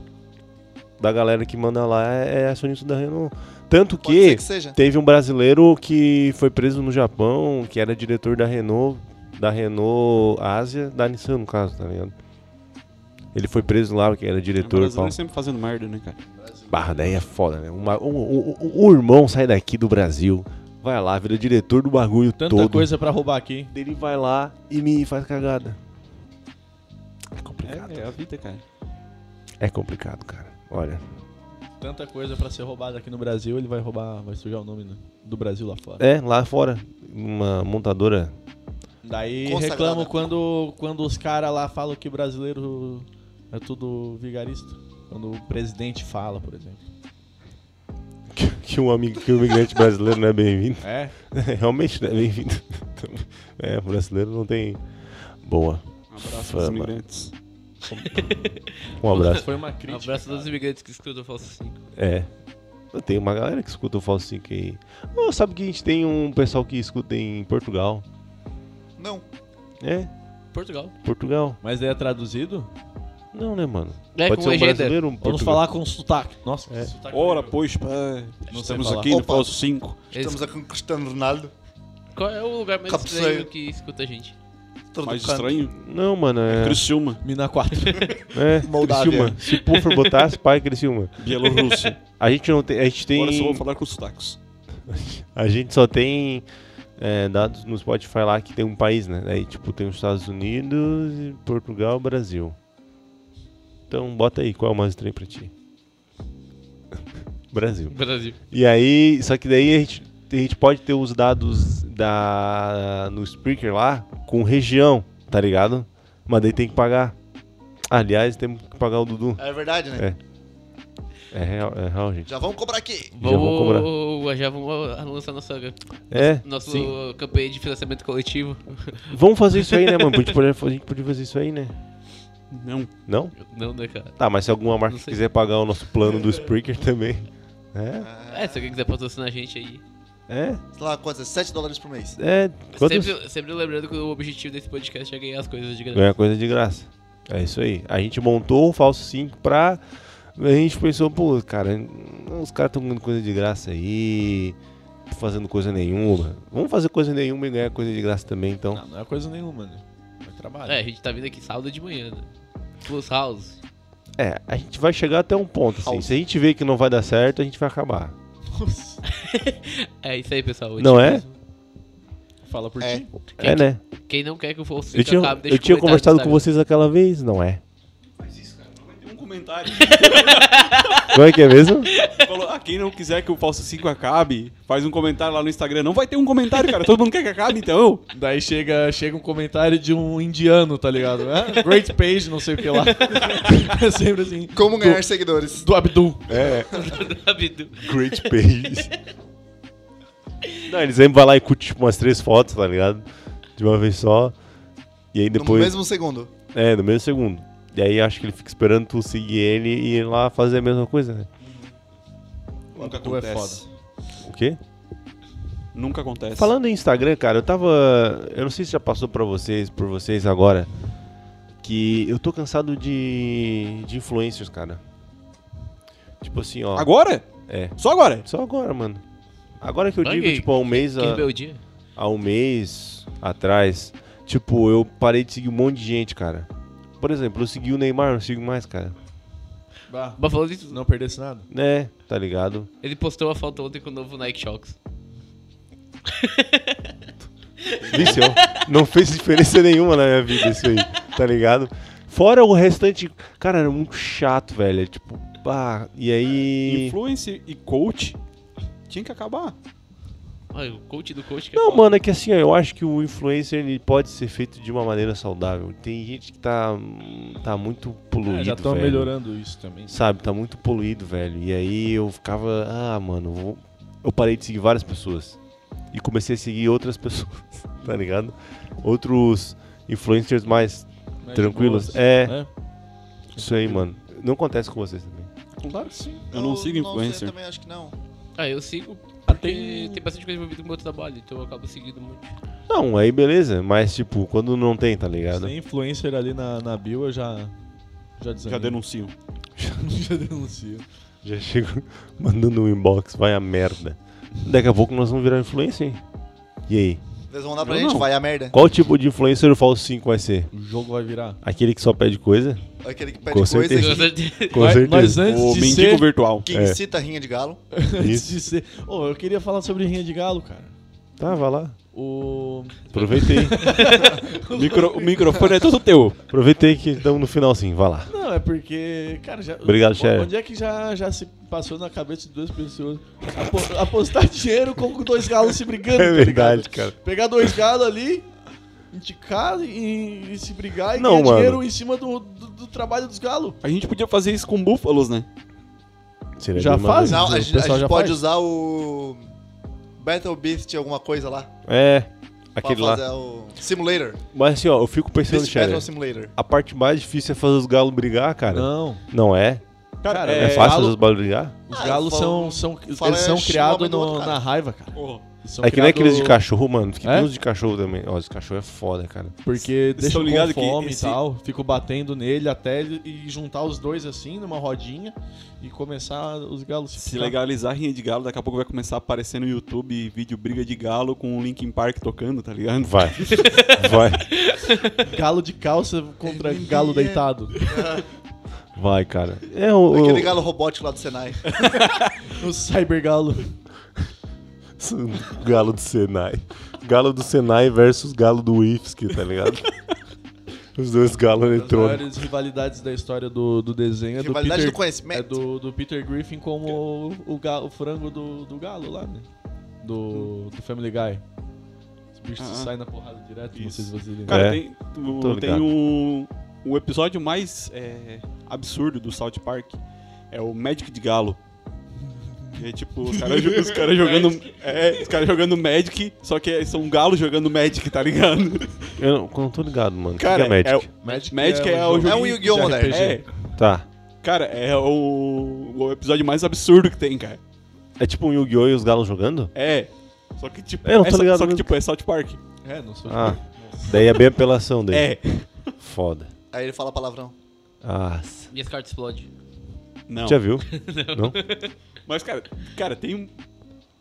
A: da galera que manda lá é acionista da Renault. Tanto
D: Pode ser
A: que
D: que seja.
A: teve um brasileiro que foi preso no Japão, que era diretor da Renault, da Renault Ásia, da Nissan no caso, tá ligado? Ele foi preso lá, que era
E: O
A: diretor.
E: brasileiro
A: Pau.
E: sempre fazendo merda, né, cara?
A: Barra daí é foda, né? Uma- o, o- o- o irmão sai daqui do Brasil, vai lá, vira diretor do bagulho
B: Tanta
A: todo.
B: coisa pra roubar aqui. hein?
A: Ele vai lá e me faz cagada. É complicado.
E: É, é a vida, cara.
A: É complicado, cara. Olha.
B: Tanta coisa pra ser roubada aqui no Brasil, ele vai roubar, vai sujar o nome né, do Brasil lá fora.
A: É, lá fora, uma montadora.
B: Daí
D: Consagrada.
B: reclamam quando, quando os caras lá falam que brasileiro é tudo vigarista. Quando o presidente fala, por exemplo.
A: Que, que um amigo, que um imigrante brasileiro não é bem-vindo.
B: É?
A: Realmente não é bem-vindo. É, brasileiro não tem. Boa.
E: Um abraço
A: Fama.
E: pros imigrantes.
A: Um abraço.
B: Foi uma
C: Um
B: crítica.
C: abraço a
B: cara.
C: todos os imigrantes que escutam o Falso 5.
A: É. Tem uma galera que escuta o Falso 5 aí. Ah, sabe que a gente tem um pessoal que escuta em Portugal.
D: Não.
A: É,
C: Portugal.
A: Portugal.
B: Mas daí é traduzido?
A: Não, né, mano?
C: É,
A: Pode
C: com
A: ser um
C: legenda. Tá
A: brasileiro, um
F: Vamos
A: português.
F: falar com sotaque.
B: Nossa,
A: É.
B: sotaque
E: Ora,
B: brasileiro.
E: pois, pá,
B: sei
E: estamos
B: falar.
E: aqui no
D: Opa.
E: Falso 5.
C: Eles-
D: Estamos aqui com o Cristiano Ronaldo.
C: Qual é o lugar mais
D: Capseio.
C: estranho que escuta a gente?
D: Todo
E: Mais
D: canto.
E: estranho,
A: Não, mano, é.
E: Criciúma,
B: Mina 4.
A: é
D: Moldávia.
A: Criciúma. Se Puffer botasse, pai, Criciúma.
E: Bielorrússia.
A: A gente não tem. A gente tem.
E: Agora só vou falar com os sotaques.
A: A gente só tem é, dados no Spotify lá que tem um país, né? Daí, tipo, tem os Estados Unidos, e Portugal, Brasil. Então, bota aí qual é o mais estranho pra ti. Brasil.
C: Brasil.
A: E aí, só que daí a gente, a gente pode ter os dados da no Spreaker lá com região, tá ligado? Mas daí tem que pagar. Aliás, temos que pagar o Dudu.
D: É verdade, né?
A: É. É real, é real gente.
D: Já vamos cobrar aqui.
A: vamos cobrar.
C: Vamos, já vamos lançar nossa,
A: É,
C: nosso
A: sim.
C: campanha de financiamento coletivo.
A: Vamos fazer isso aí, né, mano? A gente podia, a gente podia fazer isso aí, né?
E: Não,
A: Não?
C: Não, né, cara?
A: Tá, mas se alguma marca
C: Não sei.
A: quiser pagar o nosso plano do Spreaker também. É?
C: É, se alguém quiser patrocinar a gente aí.
A: É?
D: Sei lá, quanto é? 7 dólares por mês.
A: É? Quantos?
C: Sempre, sempre lembrando que o objetivo desse podcast é ganhar as coisas de graça.
A: Ganhar coisa de graça. É isso aí. A gente montou o Falso 5 pra. A gente pensou, pô, cara, os caras estão ganhando coisa de graça aí. Fazendo coisa nenhuma. Vamos fazer coisa nenhuma e ganhar coisa de graça também, então.
B: Não, não é coisa nenhuma, né? É trabalho.
C: É, a gente tá vindo aqui sábado de manhã, né? Plus House.
A: É, a gente vai chegar até um ponto, assim.
E: Falso.
A: Se a gente vê que não vai dar certo, a gente vai acabar.
C: É isso aí, pessoal. Hoje
A: Não é?
B: Fala por
D: É.
B: ti.
C: Quem,
A: É, né?
C: quem não quer que eu fosse
A: Eu tinha,
C: acabe, deixa
A: eu tinha
C: um comentário
A: conversado
C: no
A: com
C: Instagram.
A: vocês aquela vez, não é?
E: tem um comentário.
A: Como é que é mesmo?
E: Falou, ah, quem não quiser que o Falso 5 acabe, faz um comentário lá no Instagram. Não vai ter um comentário, cara. Todo mundo quer que acabe, então.
B: Daí chega, chega um comentário de um indiano, tá ligado? Ah, Great page, não sei o que lá. É sempre assim.
D: Como ganhar seguidores?
B: Do Abdul.
C: Rápido.
A: Great Pages. Não, eles sempre vai lá e curte tipo, umas três fotos, tá ligado? De uma vez só. E aí depois.
D: No mesmo segundo.
A: É, no mesmo segundo. E aí acho que ele fica esperando tu seguir ele e ir lá fazer a mesma coisa, né?
E: Nunca
B: Tu é
E: acontece.
A: O quê?
E: Nunca acontece.
A: Falando em Instagram, cara, eu tava. Eu não sei se já passou pra vocês, por vocês agora. Que eu tô cansado de. de influencers, cara. Tipo assim, ó.
E: Agora?
A: É.
E: Só agora?
A: Só agora, mano. Agora que eu
C: Mas
A: digo,
C: que-
A: tipo, há um mês.
C: Que
A: a-
C: rebeldia.
A: há um mês atrás, tipo, eu parei de seguir um monte de gente, cara. Por exemplo, eu segui o Neymar, não sigo mais, cara.
B: Bah,
C: Mas falando isso,
B: não perdesse nada.
A: Né, tá ligado?
C: ele postou uma foto ontem com o novo Nike Shocks.
A: Isso ó, não fez diferença nenhuma na minha vida isso aí, tá ligado? Fora o restante, cara, era muito chato, velho. é Tipo, pá, e aí.
E: Influencer e coach tinha que acabar.
C: Olha, o coach do coach que é
A: Não,
C: foda.
A: mano, é que assim, ó, eu acho que o influencer ele pode ser feito de uma maneira saudável. Tem gente que tá, tá muito poluído,
B: É, já estão
A: velho.
B: melhorando isso também.
A: Sabe, tá muito poluído, velho. E aí eu ficava, ah, mano, vou- eu parei de seguir várias pessoas. E comecei a seguir outras pessoas, tá ligado? Outros influencers mais.
B: Mas
A: Tranquilos?
B: boas,
A: É.
B: né?
A: Isso aí, mano. Não acontece com vocês também.
E: Claro que sim. Eu não sigo
D: sei,
E: influencer.
D: também acho que não.
C: Ah, eu sigo
B: Ah,
C: porque
B: tem-
C: tem... bastante coisa envolvida com o meu trabalho, então eu acabo seguindo muito.
A: Não, aí beleza, mas tipo, quando não tem, tá
B: Se
A: ligado?
B: tem influencer ali na, na bio, eu já. Já desanimo.
E: Já denuncio.
B: já denuncio.
A: Já chego mandando um inbox, vai a merda. Daqui a pouco nós vamos virar influencer, hein? E aí?
D: Eles vão dar pra
E: Eu
D: gente,
E: não.
D: vai a merda.
A: Qual tipo de influencer o Falso 5 vai ser?
B: O jogo vai virar.
A: Aquele que só pede coisa?
D: Aquele que pede
A: Com
D: coisa
A: certeza.
D: que,
A: Com
B: Mas- Mas
A: certeza.
B: antes
E: O
B: de
E: mendigo
B: ser...
E: virtual.
D: que
A: É.
D: incita a rinha de galo.
B: Antes de ser... Ô, eu queria falar sobre Rinha de Galo, cara.
A: Tá, vai lá.
B: O...
A: Aproveita aí.
E: Micro- o microfone é todo teu.
A: Aproveitei que estamos no finalzinho, vai lá.
B: Não, é porque... Cara, já...
A: Obrigado,
B: o-
A: Xé.
B: Onde é que já, já se passou na cabeça de duas pessoas apo- apostar dinheiro com dois galos se brigando,
A: É
B: tá ligado?
A: verdade, cara.
B: Pegar dois galos ali, indicar e, e se brigar e
A: Não,
B: ganhar
A: mano.
B: dinheiro em cima do, do, do trabalho dos galos.
E: A gente podia fazer isso com búfalos, né?
A: Seria
B: Já
A: bem maneiro.
B: faz?
D: Não,
B: O
D: a gente, a
B: pessoal
D: gente
B: já
D: pode
B: faz?
D: usar o Battle Beast alguma coisa lá.
A: É,
D: Pra
A: aquele lá.
D: fazer o Simulator.
A: Mas assim, ó, eu fico pensando,
D: Beast Battle
A: Shadow.
D: Simulator.
A: A parte mais difícil é fazer os galos brigar, cara. Não,
B: Não,
A: é?
E: Cara,
A: É,
E: é
A: fácil
B: galo-
A: os balbrigar?
B: Os
D: Ah,
B: galos
D: fala-
B: são, são,
D: fala
B: eles são
D: xingar
B: criados
D: um do
B: no-
D: outro, cara.
B: na raiva, cara.
E: Porra,
B: Eles são
A: É que nem
B: criados
A: aqueles de cachorro, mano. Que
B: É?
A: tem uns de cachorro também. Ó, esse cachorro é foda, cara.
B: Porque deixa
E: estão
B: com
E: ligados que
B: fome
E: esse-
B: e tal. Fico batendo nele até ele e juntar os dois assim numa rodinha e começar os galos
E: Se
B: ficar.
E: legalizar a rinha de galo, daqui a pouco vai começar a aparecer no YouTube vídeo briga de galo com o Linkin Park tocando, tá ligado?
A: Vai. vai.
B: Galo de calça contra galo deitado.
A: Vai, cara. É o. o-
D: Aquele galo robótico lá do Senai.
B: O cyber galo.
A: Galo do Senai. Galo do Senai versus galo do IFSC, tá ligado? Os dois galos
B: As
A: eletrônicos.
B: maiores rivalidades da história do, do desenho é do
D: Rivalidade
B: Peter,
D: do conhecimento.
B: é do, do Peter Griffin como o, o ga- o frango do, do galo lá, né? Do, do Family Guy. Os bichos
E: Ah, ah.
B: saem na porrada direto, não sei se
E: Isso.
B: vocês lembram.
E: Cara,
A: É.
E: tem, o-
A: Tô
E: tem
A: ligado.
E: o, o episódio mais é, absurdo do South Park. É o Magic de Galo. Que é tipo, os caras jo- os caras jogando. É, os caras jogando Magic, só que são galos jogando Magic, tá ligado?
A: Eu não, eu não tô ligado, mano.
E: Cara,
A: o que que é Magic?
E: o- Magic é, o
D: jogo-
E: jogo.
D: É um Yu-Gi-Oh!
E: de
D: moderno.
E: RPG.
A: Tá.
E: Cara, é o, o episódio mais absurdo que tem, cara.
A: É tipo um Yu-Gi-Oh! e os galos jogando?
E: É. Só que tipo.
A: Eu não tô
E: é só-
A: ligado
E: Só que
A: mesmo.
E: tipo, é South Park.
B: É, não sou
A: Ah. Daí é bem apelação daí.
E: É.
A: Foda.
D: Aí ele fala palavrão.
A: Ah,
C: Minhas cartas explodem.
E: Não.
A: já viu? não?
E: Mas, cara, cara, tem um.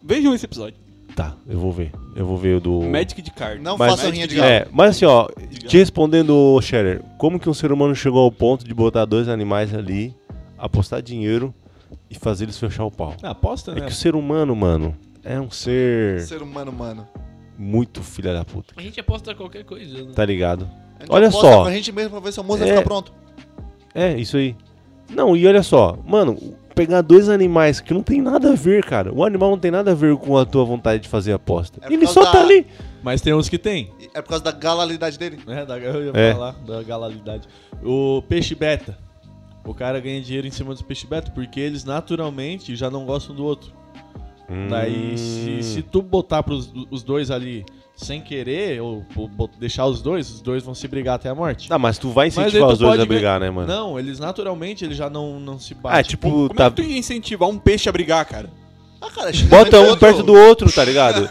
E: Vejam esse episódio.
A: Tá, eu vou ver. Eu vou ver o do.
E: Magic de card.
D: Não
A: Mas-
D: façam rinha de galo.
A: É, mas assim, ó, te respondendo, Scherer, como que um ser humano chegou ao ponto de botar dois animais ali, apostar dinheiro e fazer eles fechar o pau?
B: Ah, aposta,
A: É
B: né?
A: que o ser humano, mano, é um ser
D: Ser humano, mano.
A: muito filha da puta,
C: A gente aposta qualquer coisa, né?
A: tá ligado?
D: A gente
A: Olha
D: aposta
A: só.
D: Com a gente mesmo pra ver se o almoço
A: É.
D: vai ficar pronto.
A: É, isso aí. Não, e olha só, mano, pegar dois animais que não tem nada a ver, cara. O animal não tem nada a ver com a tua vontade de fazer a aposta.
D: É por
A: Ele
D: causa
A: só
D: da-
A: tá ali.
B: Mas tem uns que tem.
D: É por causa da galalidade dele.
B: né? Da, eu ia
A: É.
B: falar da galalidade. O peixe beta. O cara ganha dinheiro em cima dos peixe beta porque eles naturalmente já não gostam do outro.
A: Hum.
B: Daí, se, se tu botar pros, os dois ali sem querer, ou, bo- bo- deixar os dois, os dois vão se brigar até a morte.
A: Ah, mas tu vai
B: aí
A: incentivar
B: tu
A: os dois
B: pode
A: a brigar, né, mano?
B: Não, eles naturalmente eles já não, não se
A: ah, é
B: batem.
A: tipo,
E: Como
A: tá
E: é que tu ia incentivar um peixe a brigar, cara?
D: Ah, cara,
A: Bota um perto do outro, tá ligado?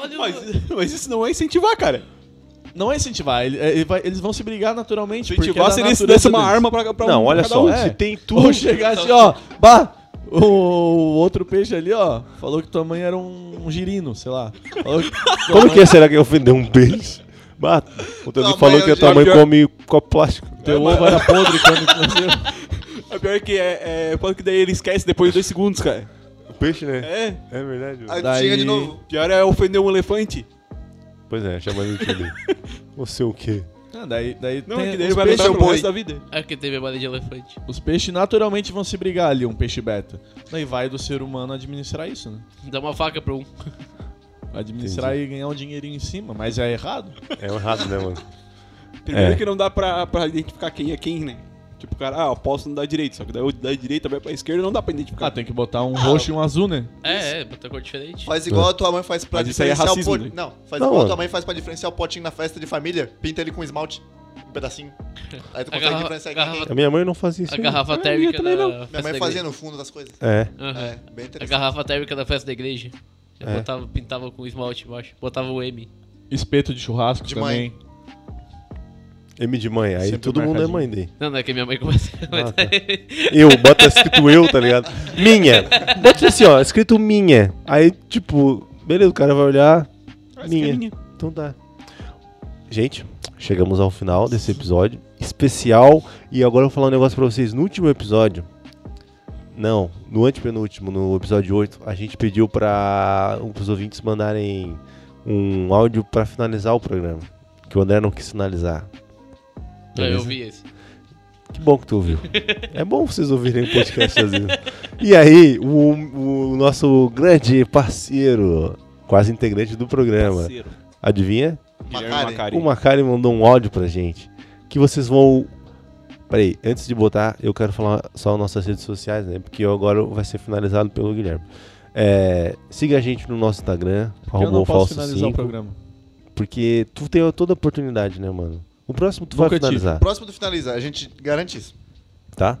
C: Olha,
E: Mas,
C: o-
E: mas isso não é incentivar, cara.
B: Não é incentivar, ele- é- ele vai- eles vão se brigar naturalmente. porque é
E: Incentivar
B: da
E: seria se
B: natureza
E: desse uma
B: deles.
E: arma pra, pra
A: Não,
E: um,
A: olha
E: cada
A: só,
E: um.
A: se
B: é.
A: tem
B: Tu
A: tudo.
B: chegar assim, ó, bah, o, o outro peixe ali, ó, falou que tua mãe era um, um girino, sei lá. Falou que tua
A: Como
B: mãe-
A: que é? será que eu ofendeu um peixe? Bato. O Tony
D: Tua
A: falou
D: mãe
A: que
D: é
A: a tua mãe
E: pior.
A: come copo plástico.
B: Teu ovo era podre quando nasceu.
E: A pior é que é, é. Pode que daí ele esquece depois de dois segundos, cara.
A: O peixe, né?
E: É.
A: É verdade.
D: Aí tu
B: Daí-
D: chega de novo.
E: Pior é ofender um elefante.
A: Pois é, chamando de tudo. Você o quê?
B: Ah, daí, daí
E: Não, é
B: tem
E: que daí tá ele
B: os,
E: vai
B: peixes,
E: lutar pro
D: boi.
E: resto da vida.
C: É que teve a bala de elefante.
B: os peixes naturalmente vão se brigar ali, um peixe beta. Daí vai do ser humano administrar isso, né?
C: Dá uma faca pra um.
B: Administrar e ganhar um dinheirinho em cima, mas é errado.
A: É errado, né, mano?
E: Primeiro
A: É.
E: que não dá pra, pra identificar quem é quem, né? Tipo, o cara, ah, eu posso não dar direito. Só que daí o da direita vai pra esquerda não dá pra identificar.
B: Ah, tem que botar um roxo e um azul, né?
C: É, é, bota cor diferente.
D: Faz igual a tua mãe faz pra
E: Mas isso aí é
D: diferenciar
E: racismo,
D: o potinho.
E: né?
D: Não, faz
A: Não,
D: igual a
A: mano.
D: tua mãe faz pra diferenciar o potinho na festa de família. Pinta ele com esmalte. Um pedacinho. Aí tu
C: A
D: consegue
C: garrafa-
D: diferenciar quem é
C: garrafa-
A: A minha mãe não fazia isso.
C: A
A: aí.
C: garrafa
E: minha
C: térmica
E: também não.
C: da
D: quem. Minha
C: festa
D: mãe
C: da
D: fazia
C: igreja.
D: no fundo das coisas.
A: É.
C: Aham.
D: É, bem
C: A
D: interessante.
C: garrafa térmica da festa da igreja. Eu
A: É.
C: botava, pintava com esmalte embaixo. Botava o M.
B: Espeto de churrasco
D: De
B: também.
A: M de mãe. Aí
B: Sempre
A: todo mundo é
B: marcadinho.
A: mãe dele.
C: Não, não é que minha mãe começa.
A: Ah, tá. Eu, bota escrito eu, tá ligado? Minha. Bota assim, ó, escrito minha. Aí, tipo, beleza, o cara vai olhar.
E: Parece que é
A: Minha. Então tá. Gente, chegamos ao final desse episódio especial. E agora eu vou falar um negócio pra vocês. No último episódio. Não, no antepenúltimo, no episódio 8, a gente pediu para os ouvintes mandarem um áudio pra finalizar o programa. Que o André não quis finalizar.
C: Não, eu
A: Beleza?
C: vi esse.
A: Que bom que tu ouviu. É bom vocês ouvirem o podcast às vezes. E aí, o, o nosso grande parceiro, quase integrante do programa,
E: Parceiro.
A: adivinha?
E: Guilherme Macari.
A: O Macari mandou um áudio pra gente. Que vocês vão. Peraí, antes de botar, eu quero falar só nossas redes sociais, né? Porque eu agora vai ser finalizado pelo Guilherme. É, siga a gente no nosso Instagram,
B: Porque eu
A: arroba
B: não
A: o falso
B: posso finalizar o
A: 5,
B: programa.
A: porque tu tem toda a oportunidade, né, mano? O próximo tu vai
B: Nunca tive.
A: finalizar,
D: Próximo do finaliza, a gente garante isso.
A: tá?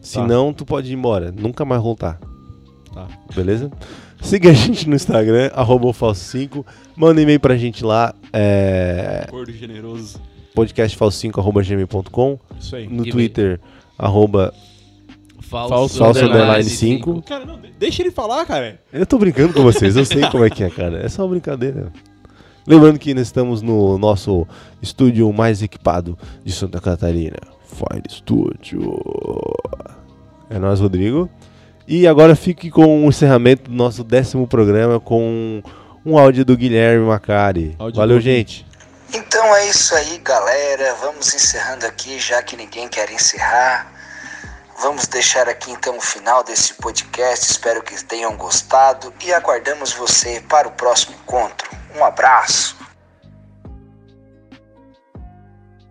A: Senão, tu pode ir embora, nunca mais voltar.
B: Tá.
A: Beleza? Siga a gente no Instagram, arroba o Falso5. Manda um e-mail pra gente lá, é,
E: Gordo generoso.
A: podcastfalso5.gmail.com.
B: Isso aí.
A: No
C: E-mail.
A: Twitter, arroba...
C: Falso,
A: Falso underline
C: cinco.
A: cinco.
E: Cara, não, de- deixa ele falar, cara.
A: Eu tô brincando com vocês, eu sei como é que é, cara. É só uma brincadeira. Lembrando que nós estamos no nosso estúdio mais equipado de Santa Catarina. Fire Studio. É nós, Rodrigo. E agora fique com o encerramento do nosso décimo programa com um áudio do Guilherme Macari.
B: Áudio
A: Valeu,
B: do-
A: gente.
F: Então é isso aí, galera. Vamos encerrando aqui, já que ninguém quer encerrar. Vamos deixar aqui então o final desse podcast. Espero que tenham gostado e aguardamos você para o próximo encontro. Um abraço.